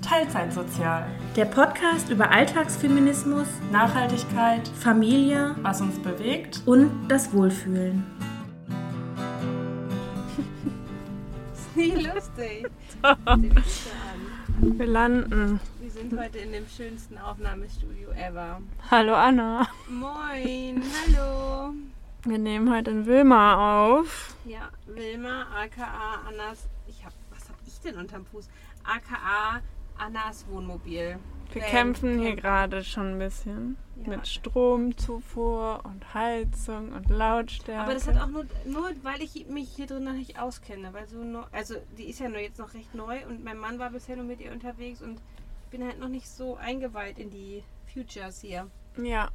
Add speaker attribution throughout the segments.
Speaker 1: Teilzeitsozial.
Speaker 2: Der Podcast über Alltagsfeminismus,
Speaker 1: Nachhaltigkeit,
Speaker 2: Familie
Speaker 1: was uns bewegt.
Speaker 2: und das Wohlfühlen.
Speaker 3: Wie lustig.
Speaker 4: Wir landen.
Speaker 3: Wir sind heute in dem schönsten Aufnahmestudio ever.
Speaker 4: Hallo Anna.
Speaker 3: Moin, hallo.
Speaker 4: Wir nehmen heute in Wilma auf.
Speaker 3: Ja, Wilma, aka Annas. Ich hab, was hab ich denn unterm Fuß? Aka Annas Wohnmobil.
Speaker 4: Wir
Speaker 3: Van.
Speaker 4: kämpfen hier gerade schon ein bisschen
Speaker 3: Ja.
Speaker 4: mit Stromzufuhr und Heizung und Lautstärke.
Speaker 3: Aber das hat auch nur, nur weil ich mich hier drin noch nicht auskenne. Weil so neu, also die ist ja nur jetzt noch recht neu und mein Mann war bisher nur mit ihr unterwegs und ich bin halt noch nicht so eingeweiht in die Futures hier.
Speaker 4: ja.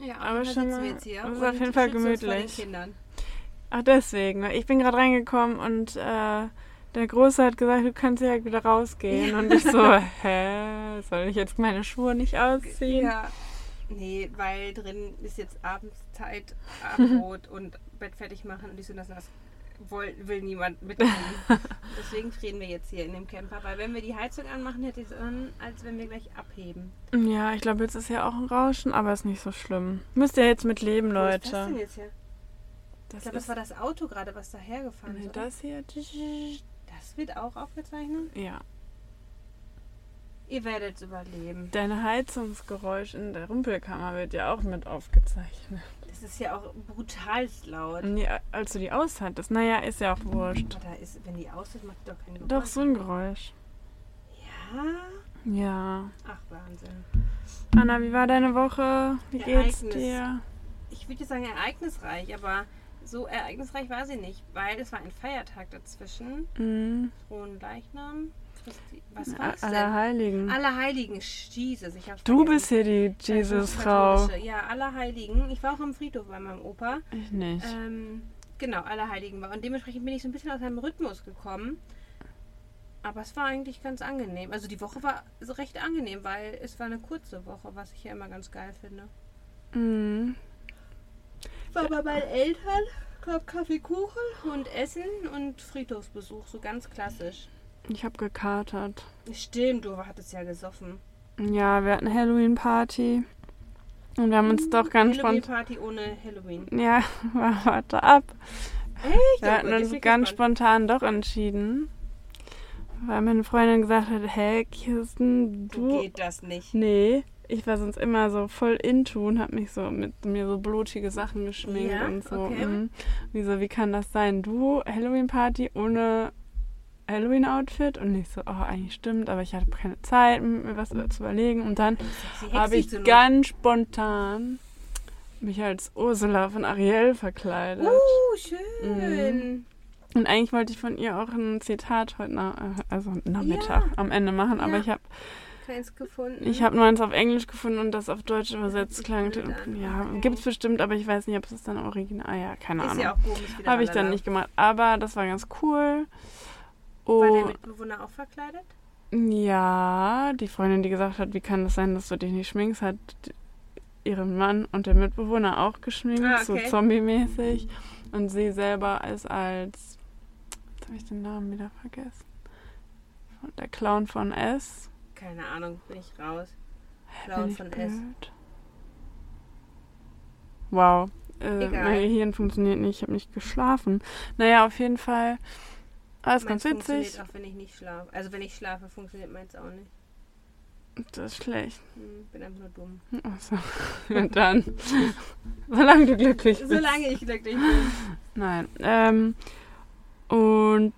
Speaker 3: Ja, da
Speaker 4: Aber schon
Speaker 3: sitzen
Speaker 4: mal-
Speaker 3: wir jetzt hier
Speaker 4: das ist
Speaker 3: und
Speaker 4: auf jeden Fall
Speaker 3: schützen uns vor
Speaker 4: gemütlich.
Speaker 3: Den Kindern.
Speaker 4: Ach deswegen. Ich bin gerade reingekommen und äh, der Große hat gesagt, du kannst direkt wieder rausgehen. Und ich so, hä, soll ich jetzt meine Schuhe nicht ausziehen?
Speaker 3: Ja. Nee, weil drin ist jetzt Abendszeit, Abendbrot und Bett fertig machen und dies und das und das. Woll, will niemand mitnehmen. Deswegen frieren wir jetzt hier in dem Camper, weil wenn wir die Heizung anmachen, hätte ich es an, als wenn wir gleich abheben.
Speaker 4: Ja, ich glaube, jetzt ist ja auch ein Rauschen, aber ist nicht so schlimm. Müsst ihr jetzt mit leben,
Speaker 3: Wo ist das denn
Speaker 4: Leute.
Speaker 3: jetzt hier?
Speaker 4: Das
Speaker 3: Ich glaube, das war das Auto gerade, was daher gefahren
Speaker 4: Nee,
Speaker 3: ist. oder?
Speaker 4: das hier.
Speaker 3: das wird auch aufgezeichnet.
Speaker 4: Ja.
Speaker 3: Ihr werdet es überleben.
Speaker 4: Dein Heizungsgeräusch in der Rumpelkammer wird ja auch mit aufgezeichnet.
Speaker 3: Das ist ja auch brutalst laut.
Speaker 4: Nee, als du die aushattest. Naja, ist ja auch wurscht.
Speaker 3: Aber da ist, wenn die aus ist, macht die doch Ah. keinen Geräusch.
Speaker 4: Doch, so ein Geräusch.
Speaker 3: Ja?
Speaker 4: Ja.
Speaker 3: Ach, Wahnsinn.
Speaker 4: Anna, wie war deine Woche? Wie geht's
Speaker 3: Ereignis.
Speaker 4: dir?
Speaker 3: ich würde sagen ereignisreich, aber so ereignisreich war sie nicht, weil es war ein Feiertag dazwischen.
Speaker 4: Mhm.
Speaker 3: Frohen Leichnam. Christi, was war es denn?
Speaker 4: Allerheiligen.
Speaker 3: Allerheiligen. Jesus, ich hab's
Speaker 4: Du
Speaker 3: vergessen.
Speaker 4: bist hier die
Speaker 3: Ich bin
Speaker 4: Jesusfrau.
Speaker 3: katholische. Ja, Allerheiligen. Ich war auch im Friedhof bei meinem Opa.
Speaker 4: Ich nicht.
Speaker 3: Ähm, genau, Allerheiligen war. Und dementsprechend bin ich so ein bisschen aus meinem Rhythmus gekommen. Aber es war eigentlich ganz angenehm. Also die Woche war so recht angenehm, weil es war eine kurze Woche, was ich ja immer ganz geil finde.
Speaker 4: Mhm.
Speaker 3: war bei meinen Eltern, gab Kaffeekuchen und Essen und Friedhofsbesuch, so ganz klassisch.
Speaker 4: Ich habe gekatert.
Speaker 3: Stimmt, du hattest ja gesoffen.
Speaker 4: Ja, wir hatten Halloween-Party. Und wir haben
Speaker 3: Mhm.
Speaker 4: uns doch ganz
Speaker 3: Halloween
Speaker 4: spontan.
Speaker 3: Party ohne Halloween.
Speaker 4: Ja, warte ab.
Speaker 3: Echt?
Speaker 4: Wir hatten uns
Speaker 3: spannend.
Speaker 4: ganz spontan doch entschieden, weil meine Freundin gesagt hat, hey Kirsten,
Speaker 3: Du
Speaker 4: du...
Speaker 3: geht das nicht.
Speaker 4: Nee, ich war sonst immer so voll into und hab mich so mit mir so blutige Sachen geschminkt
Speaker 3: Ja,
Speaker 4: und so.
Speaker 3: okay.
Speaker 4: mhm. Wie so, wie kann das sein? Du, Halloween-Party ohne Halloween-Outfit? Und ich so, oh, eigentlich stimmt, aber ich hatte keine Zeit, mir was zu überlegen. Und dann
Speaker 3: Sie
Speaker 4: habe
Speaker 3: hext
Speaker 4: ich
Speaker 3: dich zur Not.
Speaker 4: ganz spontan mich als Ursula von Ariel verkleidet.
Speaker 3: Uh, schön.
Speaker 4: Mhm. Und eigentlich wollte ich von ihr auch ein Zitat heute na, äh, also Nachmittag
Speaker 3: Ja.
Speaker 4: am Ende machen, aber
Speaker 3: Ja.
Speaker 4: ich habe
Speaker 3: Keins gefunden.
Speaker 4: ich hab nur eins auf Englisch gefunden und das auf Deutsch übersetzt klang.
Speaker 3: blöd an.
Speaker 4: Ja,
Speaker 3: Okay.
Speaker 4: gibt's bestimmt, aber ich weiß nicht, ob es das dann original. Ah ja, keine
Speaker 3: Ist
Speaker 4: Ahnung.
Speaker 3: ja auch komisch wieder.
Speaker 4: habe ich dann
Speaker 3: Malala.
Speaker 4: nicht gemacht, aber das war ganz cool.
Speaker 3: War
Speaker 4: Oh,
Speaker 3: dein Mitbewohner auch verkleidet?
Speaker 4: ja, die Freundin, die gesagt hat, wie kann das sein, dass du dich nicht schminkst, hat d- ihren Mann und den Mitbewohner auch geschminkt,
Speaker 3: Ah,
Speaker 4: so
Speaker 3: okay.
Speaker 4: zombie-mäßig. Und sie selber ist als, jetzt habe ich den Namen wieder vergessen, Von- der Clown von S.
Speaker 3: Keine Ahnung, bin ich raus.
Speaker 4: Bin
Speaker 3: Clown
Speaker 4: ich
Speaker 3: von S.
Speaker 4: blöd? Wow, äh,
Speaker 3: Egal.
Speaker 4: mein Gehirn funktioniert nicht, ich habe nicht geschlafen. Naja, auf jeden Fall, alles
Speaker 3: Meins
Speaker 4: ganz witzig.
Speaker 3: funktioniert auch, wenn ich nicht schlafe. Also wenn ich schlafe, funktioniert meins auch nicht.
Speaker 4: Das ist schlecht.
Speaker 3: Hm, bin einfach nur dumm.
Speaker 4: Achso. Und dann. Solange du glücklich bist.
Speaker 3: Solange ich glücklich bin.
Speaker 4: Nein. Ähm, und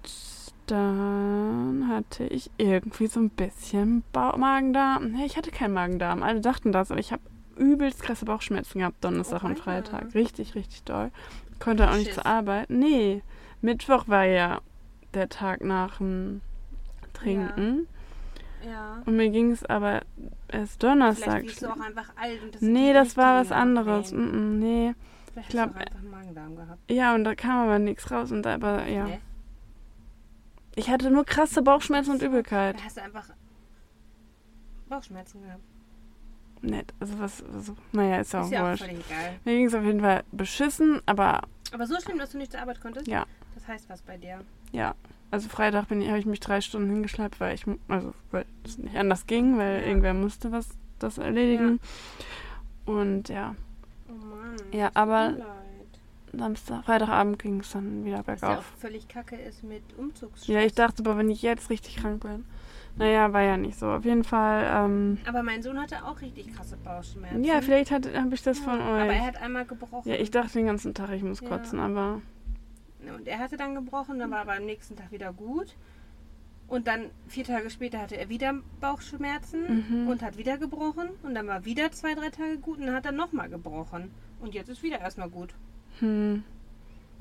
Speaker 4: dann hatte ich irgendwie so ein bisschen ba Magen-Darm. Nee, ich hatte keinen Magen-Darm. Alle dachten das, aber ich habe übelst krasse Bauchschmerzen gehabt Donnerstag
Speaker 3: Oh,
Speaker 4: und
Speaker 3: Alter.
Speaker 4: Freitag. Richtig, richtig doll. Konnte auch nicht
Speaker 3: Schiss.
Speaker 4: zur Arbeit. Nee, Mittwoch war ja der Tag nach dem Trinken.
Speaker 3: Ja.
Speaker 4: Und mir ging es aber erst
Speaker 3: Vielleicht
Speaker 4: Donnerstag.
Speaker 3: wirst du auch einfach alt. Und das ist
Speaker 4: Nee,
Speaker 3: die
Speaker 4: das war was
Speaker 3: richtige
Speaker 4: anderes. Mm
Speaker 3: Nein.
Speaker 4: -mm, nee.
Speaker 3: Vielleicht
Speaker 4: glaub,
Speaker 3: hast du auch einfach einen Magen-Darm gehabt.
Speaker 4: Ja, und da kam aber nichts raus. Und da, aber ja.
Speaker 3: Hä?
Speaker 4: Ich hatte nur krasse Bauchschmerzen und Übelkeit.
Speaker 3: Da hast du einfach Bauchschmerzen gehabt.
Speaker 4: Nett. Also was, also, naja, ist ja auch
Speaker 3: ist ja auch
Speaker 4: wurscht.
Speaker 3: völlig egal.
Speaker 4: Mir ging es auf jeden Fall beschissen, aber
Speaker 3: Aber so schlimm, dass du nicht zur Arbeit konntest?
Speaker 4: Ja.
Speaker 3: Das heißt was bei dir.
Speaker 4: Ja, also Freitag bin ich, habe ich mich drei Stunden hingeschleppt, weil ich, mu- also weil es nicht anders ging, weil
Speaker 3: Ja.
Speaker 4: irgendwer musste was das erledigen. Und ja,
Speaker 3: Oh Mann.
Speaker 4: ja, aber
Speaker 3: Leid.
Speaker 4: Samstag, Freitagabend ging es dann wieder
Speaker 3: Was ja auch
Speaker 4: bergauf.
Speaker 3: völlig kacke ist mit Umzugsstress.
Speaker 4: Ja, ich dachte aber, wenn ich jetzt richtig krank bin. Naja, war ja nicht so. Auf jeden Fall, ähm,
Speaker 3: Aber mein Sohn hatte auch richtig krasse Bauchschmerzen.
Speaker 4: ja, vielleicht habe ich das von
Speaker 3: Aber er
Speaker 4: euch.
Speaker 3: hat einmal gebrochen.
Speaker 4: Ja, ich dachte den ganzen Tag, ich muss
Speaker 3: Ja.
Speaker 4: kotzen, aber
Speaker 3: Und er hatte dann gebrochen, dann war aber am nächsten Tag wieder gut. Und dann vier Tage später hatte er wieder Bauchschmerzen
Speaker 4: Mhm.
Speaker 3: und hat wieder gebrochen. Und dann war wieder zwei, drei Tage gut und dann hat er nochmal gebrochen. Und jetzt ist wieder erstmal gut.
Speaker 4: hm,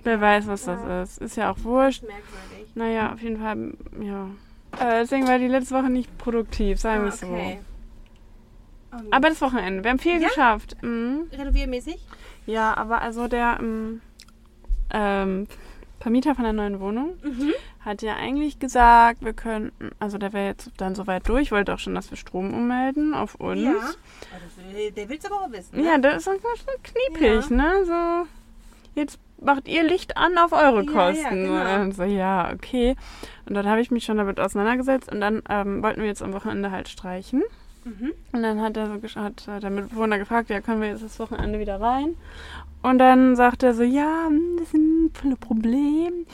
Speaker 4: wer weiß, was
Speaker 3: Ja.
Speaker 4: das ist. Ist ja auch wurscht.
Speaker 3: Merkwürdig.
Speaker 4: Naja, auf jeden Fall, ja. Äh, deswegen war die letzte Woche nicht produktiv, sagen wir es
Speaker 3: Ah, okay.
Speaker 4: so.
Speaker 3: Um,
Speaker 4: Aber das Wochenende, wir haben viel
Speaker 3: Ja?
Speaker 4: geschafft. Mhm.
Speaker 3: renoviermäßig?
Speaker 4: Ja, aber also der ähm, ähm, Vermieter von der neuen Wohnung
Speaker 3: Mhm.
Speaker 4: hat ja eigentlich gesagt, wir könnten, also der wäre jetzt dann soweit durch, wollte auch schon, dass wir Strom ummelden auf uns.
Speaker 3: Ja. Oh, das will, der will es aber auch wissen. Ne?
Speaker 4: Ja, das ist manchmal schon kniepig,
Speaker 3: Ja.
Speaker 4: ne? So, jetzt macht ihr Licht an auf eure
Speaker 3: Ja, ja,
Speaker 4: Kosten.
Speaker 3: genau.
Speaker 4: Und so, ja, okay. Und dann habe ich mich schon damit auseinandergesetzt und dann ähm, wollten wir jetzt am Wochenende halt streichen.
Speaker 3: Mhm.
Speaker 4: Und dann hat er so gesch- hat äh, der Mitbewohner gefragt, ja, können wir jetzt das Wochenende wieder rein? Und dann sagt er so, ja, hm, das ist ein Pl- Problem.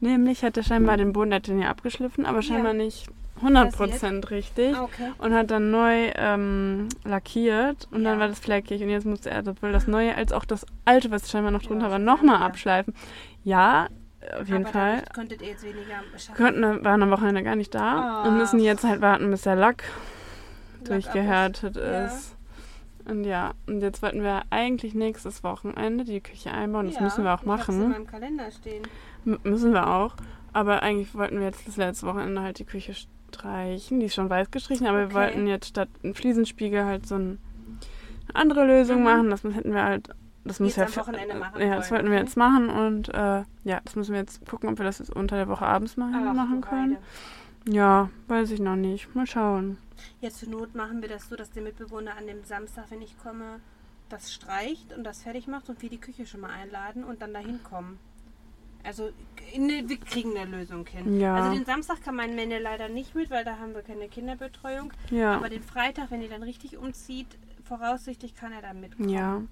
Speaker 4: Nämlich hat er
Speaker 3: Mhm.
Speaker 4: scheinbar den Boden, der hat den ja abgeschliffen, aber scheinbar nicht 100% richtig
Speaker 3: Ah, okay.
Speaker 4: und hat dann neu ähm, lackiert und dann
Speaker 3: Ja.
Speaker 4: war das fleckig und jetzt musste er sowohl das neue als auch das alte, was scheinbar noch drunter
Speaker 3: Ja,
Speaker 4: war, nochmal
Speaker 3: ja.
Speaker 4: abschleifen. Ja, auf jeden
Speaker 3: aber
Speaker 4: Fall.
Speaker 3: dadurch Könntet ihr jetzt weniger schaffen.
Speaker 4: Wir Konnten, waren am Wochenende gar nicht da und müssen
Speaker 3: Ach.
Speaker 4: jetzt halt warten, bis der Lack
Speaker 3: Lock-up
Speaker 4: durchgehärtet
Speaker 3: Ja.
Speaker 4: ist. Und ja, und jetzt wollten wir eigentlich nächstes Wochenende die Küche einbauen. Das
Speaker 3: Ja,
Speaker 4: müssen wir auch
Speaker 3: ich hab's in
Speaker 4: machen.
Speaker 3: meinem Kalender stehen.
Speaker 4: M müssen wir auch. Aber eigentlich wollten wir jetzt das letzte Wochenende halt die Küche streichen. Die ist schon weiß gestrichen, aber
Speaker 3: Okay.
Speaker 4: wir wollten jetzt statt einen Fliesenspiegel halt so ein, eine andere Lösung
Speaker 3: Mhm.
Speaker 4: machen. Das hätten wir halt. Das
Speaker 3: Jetzt
Speaker 4: muss ja
Speaker 3: am
Speaker 4: für-
Speaker 3: Wochenende machen
Speaker 4: Ja,
Speaker 3: wollen,
Speaker 4: das wollten wir
Speaker 3: okay.
Speaker 4: jetzt machen und äh, ja, das müssen wir jetzt gucken, ob wir das jetzt unter der Woche abends machen,
Speaker 3: Ach,
Speaker 4: machen
Speaker 3: du
Speaker 4: können.
Speaker 3: Weide.
Speaker 4: Ja, weiß ich noch nicht. Mal schauen.
Speaker 3: Jetzt zur Not machen wir das so, dass der Mitbewohner an dem Samstag, wenn ich komme, das streicht und das fertig macht und wir die Küche schon mal einladen und dann dahin kommen. Also in, ne- wir kriegen eine Lösung hin.
Speaker 4: Ja.
Speaker 3: Also den Samstag kann mein Männer leider nicht mit, weil da haben wir keine Kinderbetreuung.
Speaker 4: Ja.
Speaker 3: Aber den Freitag, wenn ihr dann richtig umzieht, voraussichtlich kann er dann mitkommen.
Speaker 4: Ja.
Speaker 3: Müssen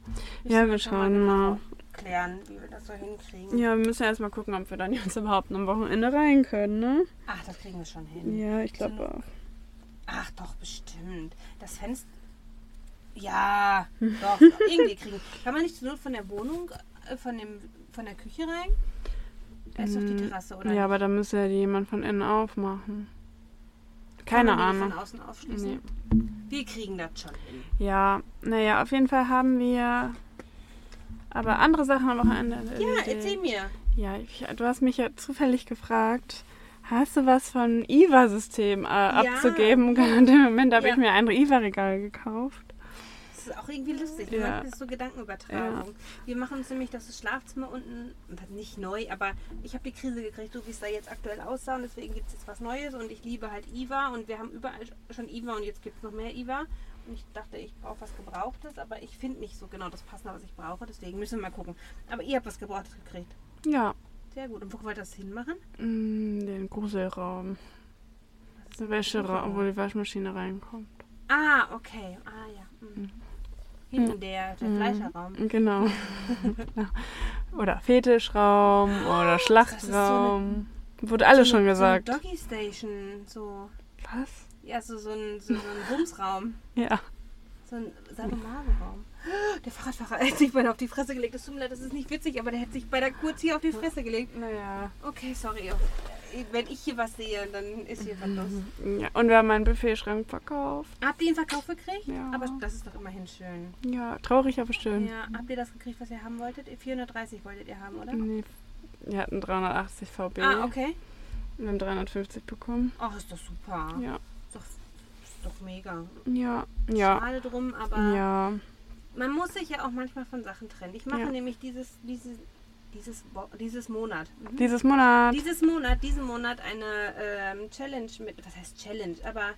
Speaker 4: Ja, wir
Speaker 3: schon mal
Speaker 4: schauen
Speaker 3: genau
Speaker 4: mal.
Speaker 3: Klären, wie wir das so hinkriegen.
Speaker 4: Ja, wir müssen erstmal gucken, ob wir dann jetzt überhaupt am Wochenende rein können, ne?
Speaker 3: Ach, das kriegen wir schon hin.
Speaker 4: Ja, ich glaube auch.
Speaker 3: Ach doch, bestimmt. Das Fenster. Ja, doch, irgendwie kriegen. Kann man nicht zur Not von der Wohnung, äh, von, dem, von der Küche rein? Da ist doch die
Speaker 4: Mm,
Speaker 3: Terrasse, oder?
Speaker 4: Ja,
Speaker 3: nicht?
Speaker 4: aber da müsste ja jemand von innen aufmachen. Keine
Speaker 3: Kann man die
Speaker 4: Ahnung.
Speaker 3: Von außen aufschließen? Wir kriegen das schon hin.
Speaker 4: Ja, naja, auf jeden Fall haben wir aber andere Sachen am Wochenende.
Speaker 3: Ja,
Speaker 4: erledigt.
Speaker 3: erzähl mir.
Speaker 4: Ja, ich, du hast mich ja zufällig gefragt, hast du was von IVA-System äh, abzugeben?
Speaker 3: ja.
Speaker 4: Und im Moment habe
Speaker 3: Ja.
Speaker 4: ich mir ein IVA-Regal gekauft.
Speaker 3: Das ist auch irgendwie lustig. Wir
Speaker 4: Ja.
Speaker 3: machen das so Gedankenübertragung. Wir machen uns nämlich das Schlafzimmer unten, nicht neu, aber ich habe die Krise gekriegt, so wie es da jetzt aktuell aussah. Und deswegen gibt es jetzt was Neues. Und ich liebe halt IVA. Und wir haben überall schon IVA und jetzt gibt es noch mehr IVA. Und ich dachte, ich brauche was Gebrauchtes, aber ich finde nicht so genau das Passende, was ich brauche. Deswegen müssen wir mal gucken. Aber ihr habt was Gebrauchtes gekriegt.
Speaker 4: Ja,
Speaker 3: Sehr gut. Und wo wollt ihr das hinmachen?
Speaker 4: mm, den Gruselraum.
Speaker 3: Was ist
Speaker 4: Der Wäscheraum, wo die Waschmaschine reinkommt.
Speaker 3: Ah, okay. Ah, ja. Mhm. Hinten der, der
Speaker 4: Mhm.
Speaker 3: Fleischerraum.
Speaker 4: Genau. oder Fetischraum
Speaker 3: Ah,
Speaker 4: oder Schlachtraum. Wurde alles
Speaker 3: So
Speaker 4: schon
Speaker 3: eine-
Speaker 4: gesagt.
Speaker 3: So eine Doggy Station, so.
Speaker 4: Was?
Speaker 3: Ja, so, so ein, so, so ein Bumsraum.
Speaker 4: Ja.
Speaker 3: So ein Sadomasenraum. Der Fahrradfahrer hat sich beinahe auf die Fresse gelegt. Es tut mir leid, das ist nicht witzig, aber der hat sich beinahe kurz hier auf die Fresse gelegt.
Speaker 4: Naja.
Speaker 3: Okay, sorry. Wenn ich hier was sehe, dann ist hier was los.
Speaker 4: Ja, und wir haben einen Buffetschrank verkauft.
Speaker 3: Habt ihr den Verkauf gekriegt?
Speaker 4: Ja.
Speaker 3: Aber das ist doch immerhin schön.
Speaker 4: Ja, traurig, aber schön.
Speaker 3: Ja, habt ihr das gekriegt, was ihr haben wolltet? 430 wolltet ihr haben, oder?
Speaker 4: Nee, wir hatten 380 VB.
Speaker 3: ne? Ah, okay.
Speaker 4: Wir haben 350 bekommen.
Speaker 3: Ach, ist doch super.
Speaker 4: Ja.
Speaker 3: Ist, doch, ist doch mega.
Speaker 4: Ja. Ja.
Speaker 3: Schade drum, aber...
Speaker 4: Ja.
Speaker 3: Man muss sich ja auch manchmal von Sachen trennen. Ich mache
Speaker 4: Ja.
Speaker 3: nämlich dieses, dieses, dieses, Wo- dieses Monat. Mhm.
Speaker 4: Dieses Monat.
Speaker 3: Dieses Monat, diesen Monat eine ähm, Challenge mit. Was heißt Challenge? Aber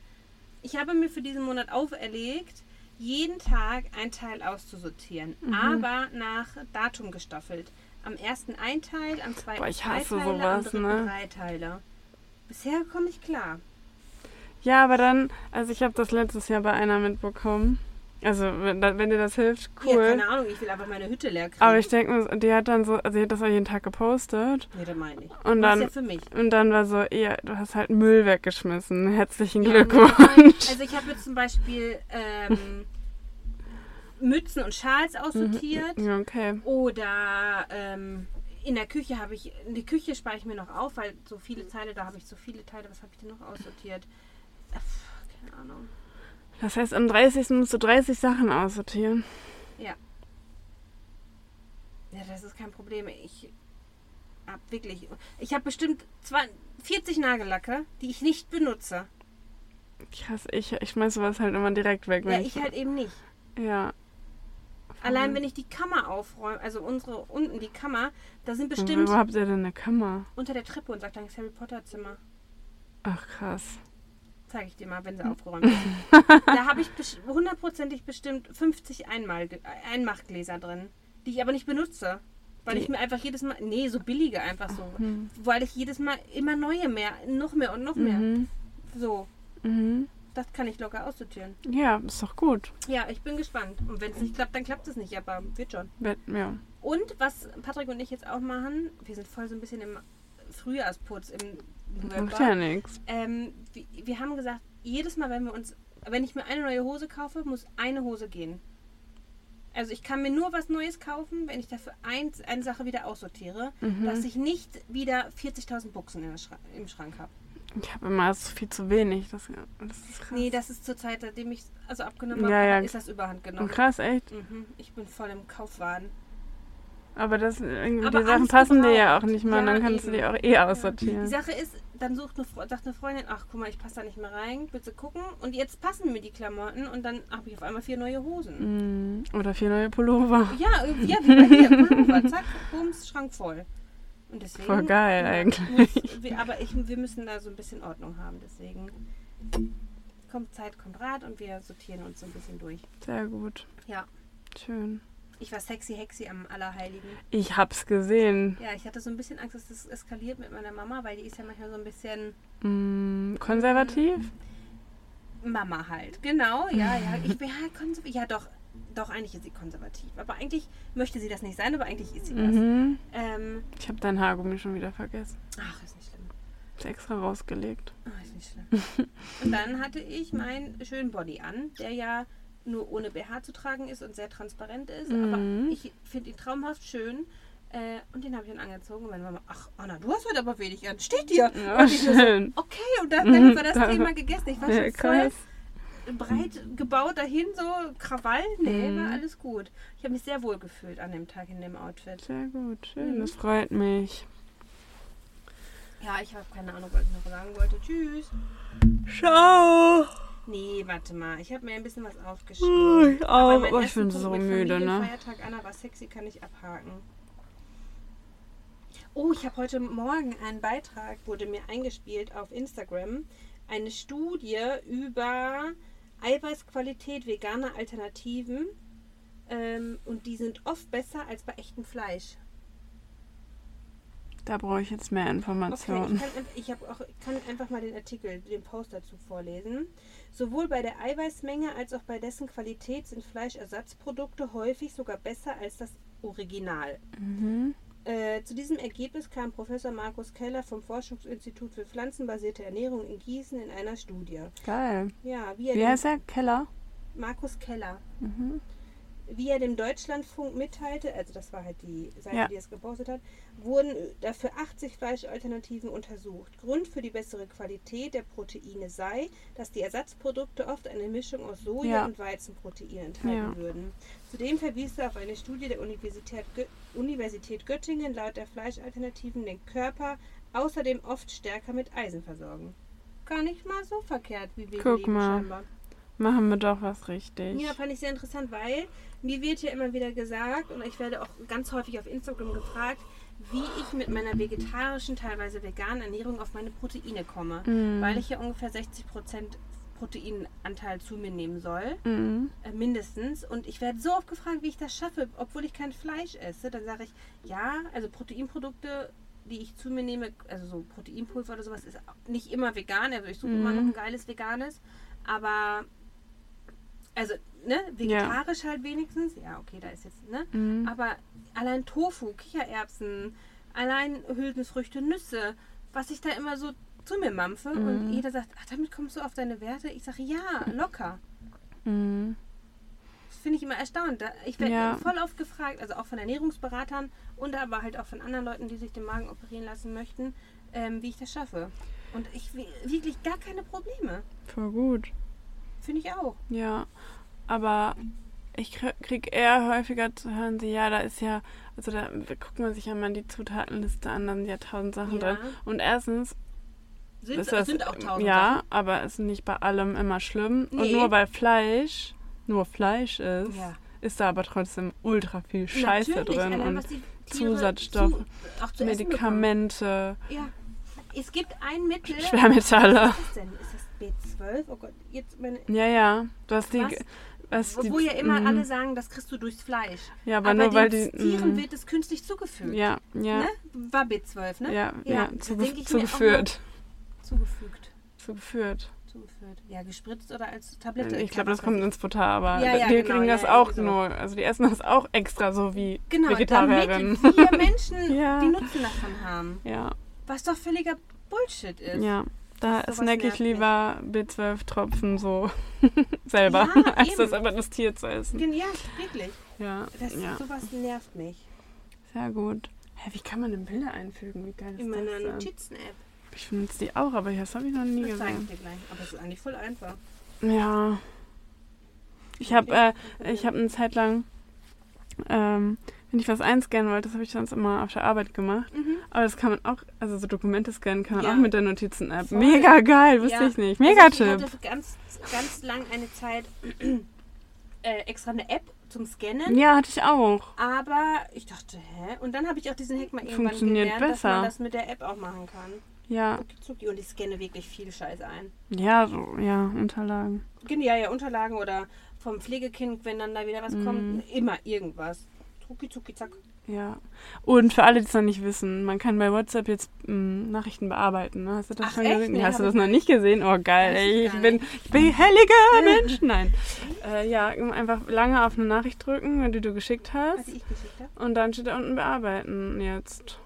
Speaker 3: ich habe mir für diesen Monat auferlegt, jeden Tag ein Teil auszusortieren,
Speaker 4: Mhm.
Speaker 3: aber nach Datum gestaffelt. Am ersten ein Teil, am zweiten
Speaker 4: Boah, ich hasse
Speaker 3: zwei Teile, am
Speaker 4: sowas,
Speaker 3: dritten
Speaker 4: ne?
Speaker 3: drei Teile. Bisher komme ich klar.
Speaker 4: Ja, aber dann, also ich habe das letztes Jahr bei einer mitbekommen. Also, wenn, da- wenn dir das hilft,
Speaker 3: Ja,
Speaker 4: cool.
Speaker 3: keine Ahnung, ich will einfach meine Hütte leer kriegen.
Speaker 4: aber ich denke mir, die hat dann so, also sie hat das auch jeden Tag gepostet.
Speaker 3: nee, das meine ich.
Speaker 4: Und
Speaker 3: Das
Speaker 4: dann,
Speaker 3: ist ja für mich.
Speaker 4: und dann war so, ja, du hast halt Müll weggeschmissen. Herzlichen
Speaker 3: Ja,
Speaker 4: Glückwunsch.
Speaker 3: Also ich habe jetzt zum Beispiel ähm, Mützen und Schals aussortiert.
Speaker 4: Mhm. Ja, okay.
Speaker 3: Oder ähm, in der Küche habe ich, in die Küche spare ich mir noch auf, weil so viele Teile, da habe ich so viele Teile, was habe ich denn noch aussortiert? Äh, pf, Keine Ahnung.
Speaker 4: Das heißt, am 30. musst du 30 Sachen aussortieren.
Speaker 3: Ja, das ist kein Problem. Ich habe wirklich, ich habe bestimmt zwei- 40 Nagellacke, die ich nicht benutze.
Speaker 4: Krass, ich, ich schmeiß sowas halt immer direkt weg.
Speaker 3: Ja,
Speaker 4: Wenn
Speaker 3: ich halt eben nicht.
Speaker 4: ja.
Speaker 3: Allein wenn ich die Kammer aufräume, also unsere unten die Kammer, da sind bestimmt
Speaker 4: Wo habt ihr denn eine Kammer?
Speaker 3: unter der Treppe und sagt dann das Harry Potter Zimmer.
Speaker 4: Ach, krass.
Speaker 3: Zeige ich dir mal,
Speaker 4: Hm.
Speaker 3: wenn sie aufgeräumt ist. da habe ich besch- hundertprozentig bestimmt 50 Einmal Einmachgläser drin, die ich aber nicht benutze. Weil ich
Speaker 4: Die-
Speaker 3: mir einfach jedes Mal, nee, so billige einfach so.
Speaker 4: Hm.
Speaker 3: Weil ich jedes Mal immer neue mehr, noch mehr und noch mehr.
Speaker 4: Mhm.
Speaker 3: So,
Speaker 4: Mhm.
Speaker 3: das kann ich locker aussortieren.
Speaker 4: Ja, ist doch gut.
Speaker 3: Ja, ich bin gespannt. Und wenn es nicht klappt, dann klappt es nicht, aber wird schon.
Speaker 4: Wenn- Ja.
Speaker 3: Und was Patrick und ich jetzt auch machen, wir sind voll so ein bisschen im Frühjahrsputz im November.
Speaker 4: Macht ja nichts.
Speaker 3: Ähm, wir, wir haben gesagt, jedes Mal, wenn wir uns, wenn ich mir eine neue Hose kaufe, muss eine Hose gehen. Also ich kann mir nur was Neues kaufen, wenn ich dafür eins, eine Sache wieder aussortiere,
Speaker 4: Mhm.
Speaker 3: dass ich nicht wieder 40.000 Buchsen in der Schra im Schrank habe.
Speaker 4: Ich habe immer so viel zu wenig. Das, das ist krass.
Speaker 3: Nee, das ist zur Zeit, seitdem ich also abgenommen
Speaker 4: Ja,
Speaker 3: habe,
Speaker 4: ja.
Speaker 3: ist das überhand
Speaker 4: Und
Speaker 3: genommen.
Speaker 4: krass, echt.
Speaker 3: Mhm, ich bin voll im Kaufwahn.
Speaker 4: Aber das irgendwie
Speaker 3: Aber
Speaker 4: die Sachen
Speaker 3: alles
Speaker 4: passen dir ja auch
Speaker 3: gebraucht.
Speaker 4: nicht mal. und
Speaker 3: Ja,
Speaker 4: dann kannst
Speaker 3: eben.
Speaker 4: du die auch eh
Speaker 3: Die
Speaker 4: aussortieren.
Speaker 3: Sache ist, dann sucht eine, Fre- sagt eine Freundin, ach guck mal, ich passe da nicht mehr rein, bitte gucken. Und jetzt passen mir die Klamotten und dann habe ich auf einmal vier neue Hosen.
Speaker 4: Mm, Oder vier neue Pullover.
Speaker 3: Ja, äh, ja, wie bei dir, Pullover, zack, bums, Schrank voll. Und deswegen,
Speaker 4: Voll geil eigentlich.
Speaker 3: Muss, wir, aber ich, wir müssen da so ein bisschen Ordnung haben, deswegen kommt Zeit, kommt Rat und wir sortieren uns so ein bisschen durch.
Speaker 4: Sehr gut.
Speaker 3: Ja.
Speaker 4: Schön.
Speaker 3: Ich war sexy hexy am Allerheiligen.
Speaker 4: Ich hab's gesehen.
Speaker 3: Ja, ich hatte so ein bisschen Angst, dass das eskaliert mit meiner Mama, weil die ist ja manchmal so ein bisschen
Speaker 4: Mm, konservativ?
Speaker 3: Mama halt. Genau, ja, ja. Ich bin halt konservativ. Ja, doch, doch, eigentlich ist sie konservativ. Aber eigentlich möchte sie das nicht sein, aber eigentlich ist sie das.
Speaker 4: Mhm.
Speaker 3: Ähm,
Speaker 4: Ich habe dein Haargummi schon wieder vergessen.
Speaker 3: ach, ist nicht schlimm.
Speaker 4: Ist extra rausgelegt.
Speaker 3: Ah, ist nicht schlimm. und dann hatte ich meinen schönen Body an, der ja nur ohne BH zu tragen ist und sehr transparent ist.
Speaker 4: Mhm.
Speaker 3: Aber ich finde ihn traumhaft schön. Äh, und den habe ich dann angezogen. Und meine Mama, ach Anna, du hast heute aber wenig an. Steht dir.
Speaker 4: Ja, schön.
Speaker 3: Okay, und dann, damit war
Speaker 4: Da-
Speaker 3: das Thema gegessen. Ich war
Speaker 4: Ja,
Speaker 3: schon voll
Speaker 4: krass.
Speaker 3: breit gebaut dahin, so Krawall. Nee,
Speaker 4: Mhm.
Speaker 3: war alles gut. Ich habe mich sehr wohl gefühlt an dem Tag in dem Outfit.
Speaker 4: Sehr gut. Schön.
Speaker 3: Mhm.
Speaker 4: Das freut mich.
Speaker 3: Ja, ich habe keine Ahnung, was ich noch sagen wollte. Tschüss.
Speaker 4: Ciao.
Speaker 3: Nee, warte mal. Ich habe mir ein bisschen was aufgeschrieben.
Speaker 4: Oh, ich auch.
Speaker 3: mein
Speaker 4: Aber ich
Speaker 3: erster
Speaker 4: bin
Speaker 3: Punkt
Speaker 4: so
Speaker 3: mit
Speaker 4: müde, ne?
Speaker 3: Familienfeiertag, Anna war sexy, kann ich abhaken. Oh, ich habe heute Morgen einen Beitrag, wurde mir eingespielt auf Instagram. Eine Studie über Eiweißqualität veganer Alternativen. Ähm, und die sind oft besser als bei echtem Fleisch.
Speaker 4: Da brauche ich jetzt mehr
Speaker 3: Okay,
Speaker 4: Informationen.
Speaker 3: ich, kann, ich hab auch, ich kann einfach mal den Artikel, den Post dazu vorlesen. Sowohl bei der Eiweißmenge als auch bei dessen Qualität sind Fleischersatzprodukte häufig sogar besser als das Original.
Speaker 4: Mhm.
Speaker 3: Äh, zu diesem Ergebnis kam Professor Markus Keller vom Forschungsinstitut für pflanzenbasierte Ernährung in Gießen in einer Studie.
Speaker 4: Geil.
Speaker 3: Ja, wie er
Speaker 4: Wie
Speaker 3: den-
Speaker 4: heißt er? Keller?
Speaker 3: Markus Keller.
Speaker 4: Mhm.
Speaker 3: Wie er dem Deutschlandfunk mitteilte, also das war halt die Seite,
Speaker 4: Ja.
Speaker 3: die es gepostet hat, wurden dafür 80 Fleischalternativen untersucht. Grund für die bessere Qualität der Proteine sei, dass die Ersatzprodukte oft eine Mischung aus Soja
Speaker 4: Ja.
Speaker 3: und Weizenprotein enthalten
Speaker 4: Ja.
Speaker 3: würden. Zudem verwies er auf eine Studie der Universität, Gö Universität Göttingen, laut der Fleischalternativen den Körper außerdem oft stärker mit Eisen versorgen. Gar nicht mal so verkehrt, wie wir
Speaker 4: Guck
Speaker 3: leben
Speaker 4: mal.
Speaker 3: scheinbar.
Speaker 4: Machen wir doch was richtig.
Speaker 3: Ja, fand ich sehr interessant, weil mir wird ja immer wieder gesagt und ich werde auch ganz häufig auf Instagram gefragt, wie ich mit meiner
Speaker 4: Mhm.
Speaker 3: vegetarischen, teilweise veganen Ernährung auf meine Proteine komme, weil ich ja ungefähr 60 Prozent Proteinanteil zu mir nehmen soll.
Speaker 4: Mhm.
Speaker 3: Äh, mindestens. Und ich werde so oft gefragt, wie ich das schaffe, obwohl ich kein Fleisch esse. Dann sage ich, ja, also Proteinprodukte, die ich zu mir nehme, also so Proteinpulver oder sowas, ist nicht immer vegan. Also ich suche immer
Speaker 4: Mhm.
Speaker 3: noch ein geiles veganes. Aber, also, ne, vegetarisch halt wenigstens. Ja, okay, da ist jetzt, ne?
Speaker 4: Mhm.
Speaker 3: Aber allein Tofu, Kichererbsen, allein Hülsenfrüchte, Nüsse, was ich da immer so zu mir mampfe. Und
Speaker 4: Mhm.
Speaker 3: jeder sagt, ach, damit kommst du auf deine Werte? Ich sage, ja, locker.
Speaker 4: Mhm.
Speaker 3: Das finde ich immer erstaunt. Da- Ich werde
Speaker 4: Ja.
Speaker 3: voll oft gefragt, also auch von Ernährungsberatern und aber halt auch von anderen Leuten, die sich den Magen operieren lassen möchten, ähm, wie ich das schaffe. Und ich wi- wirklich gar keine Probleme.
Speaker 4: Voll gut.
Speaker 3: Finde ich auch.
Speaker 4: Ja, aber ich krie- krieg eher häufiger zu hören, sie, ja, da ist ja, also da guckt man sich ja mal die Zutatenliste an, dann sind ja tausend Sachen
Speaker 3: Ja.
Speaker 4: drin. Und erstens
Speaker 3: Sind, äh,
Speaker 4: ist das, ähm,
Speaker 3: sind auch tausend.
Speaker 4: ja, aber ist nicht bei allem immer schlimm. Und
Speaker 3: Nee.
Speaker 4: nur weil Fleisch nur Fleisch ist,
Speaker 3: Ja.
Speaker 4: ist da aber trotzdem ultra viel Scheiße
Speaker 3: Natürlich,
Speaker 4: drin
Speaker 3: allein, was
Speaker 4: und
Speaker 3: die Tiere
Speaker 4: Zusatzstoffe,
Speaker 3: zu- auch zu essen bekommen.
Speaker 4: Medikamente,
Speaker 3: Ja. Es gibt ein Mittel.
Speaker 4: Schwermetalle.
Speaker 3: Was ist das denn? Ist das B12? Oh Gott, jetzt meine.
Speaker 4: Ja, ja, was die,
Speaker 3: Was?
Speaker 4: was die,
Speaker 3: Wo ja immer
Speaker 4: mm,
Speaker 3: alle sagen, das kriegst du durchs Fleisch.
Speaker 4: ja, aber, nur weil
Speaker 3: den
Speaker 4: die,
Speaker 3: Tieren
Speaker 4: mm,
Speaker 3: wird es künstlich zugefügt.
Speaker 4: ja, ja,
Speaker 3: Ne? War B12, ne?
Speaker 4: ja, ja,
Speaker 3: da
Speaker 4: zuge
Speaker 3: denk ich mir auch
Speaker 4: zugeführt.
Speaker 3: mal, Zugefügt.
Speaker 4: Zugeführt.
Speaker 3: Zugeführt. Ja, gespritzt oder als Tablette.
Speaker 4: Ich glaube, das
Speaker 3: Keine
Speaker 4: kommt ins Futter, aber
Speaker 3: Ja, ja,
Speaker 4: wir
Speaker 3: genau,
Speaker 4: kriegen
Speaker 3: ja,
Speaker 4: das
Speaker 3: ja,
Speaker 4: auch
Speaker 3: irgendwie so.
Speaker 4: nur. Also die essen das auch extra, so wie
Speaker 3: Genau,
Speaker 4: Vegetarierinnen.
Speaker 3: damit wir Menschen
Speaker 4: Ja.
Speaker 3: die Nutzen davon haben.
Speaker 4: ja,
Speaker 3: Was doch völliger Bullshit ist.
Speaker 4: ja. Da
Speaker 3: Sowas
Speaker 4: snack ich
Speaker 3: nervt mich.
Speaker 4: lieber B12-Tropfen so selber,
Speaker 3: Ja,
Speaker 4: als das
Speaker 3: eben.
Speaker 4: einfach das Tier zu essen.
Speaker 3: Gen- Ja, wirklich.
Speaker 4: Ja,
Speaker 3: Das,
Speaker 4: ja.
Speaker 3: Sowas nervt mich.
Speaker 4: sehr gut. Hä, wie kann man denn Bilder einfügen? Wie geil ist
Speaker 3: In meiner
Speaker 4: das äh, denn?
Speaker 3: Notizen-App.
Speaker 4: Ich benutze die auch, aber das habe ich noch nie
Speaker 3: Das zeige ich
Speaker 4: gesehen.
Speaker 3: dir gleich. Aber es ist eigentlich voll einfach.
Speaker 4: Ja. Ich habe äh, Ich
Speaker 3: habe
Speaker 4: habe eine Zeit lang, ähm, wenn ich was einscannen wollte, das habe ich sonst immer auf der Arbeit gemacht.
Speaker 3: Mhm.
Speaker 4: Aber das kann man auch, also so Dokumente scannen kann man
Speaker 3: Ja.
Speaker 4: auch mit der Notizen-App.
Speaker 3: Voll.
Speaker 4: Mega geil, wusste ich nicht. Mega
Speaker 3: also ich
Speaker 4: Tipp.
Speaker 3: hatte ganz, ganz lang eine Zeit äh, extra eine App zum Scannen.
Speaker 4: Ja, hatte ich auch.
Speaker 3: Aber ich dachte, hä? Und dann habe ich auch diesen Hack mal irgendwann
Speaker 4: Funktioniert
Speaker 3: gelernt, dass
Speaker 4: besser.
Speaker 3: man das mit der App auch machen kann.
Speaker 4: Ja,
Speaker 3: Zucki und ich scanne wirklich viel Scheiß ein.
Speaker 4: ja, so, ja, Unterlagen.
Speaker 3: Genial, ja, Unterlagen oder vom Pflegekind, wenn dann da wieder was
Speaker 4: Mhm.
Speaker 3: kommt. Immer irgendwas. Zucki, zucki, zack.
Speaker 4: Ja. Und für alle, die es noch nicht wissen, man kann bei WhatsApp jetzt m, Nachrichten bearbeiten. Ne? Hast du das
Speaker 3: Ach,
Speaker 4: schon
Speaker 3: echt?
Speaker 4: gesehen?
Speaker 3: Nee,
Speaker 4: Hast du
Speaker 3: hab
Speaker 4: das noch nicht gesehen? Oh, geil.
Speaker 3: Weiß ich
Speaker 4: Ey, ich,
Speaker 3: gar
Speaker 4: bin, ich bin heiliger Mensch. Nein. Äh, ja, einfach lange auf eine Nachricht drücken, die du geschickt hast.
Speaker 3: Was Also ich geschickt habe?
Speaker 4: Und dann steht da unten bearbeiten jetzt.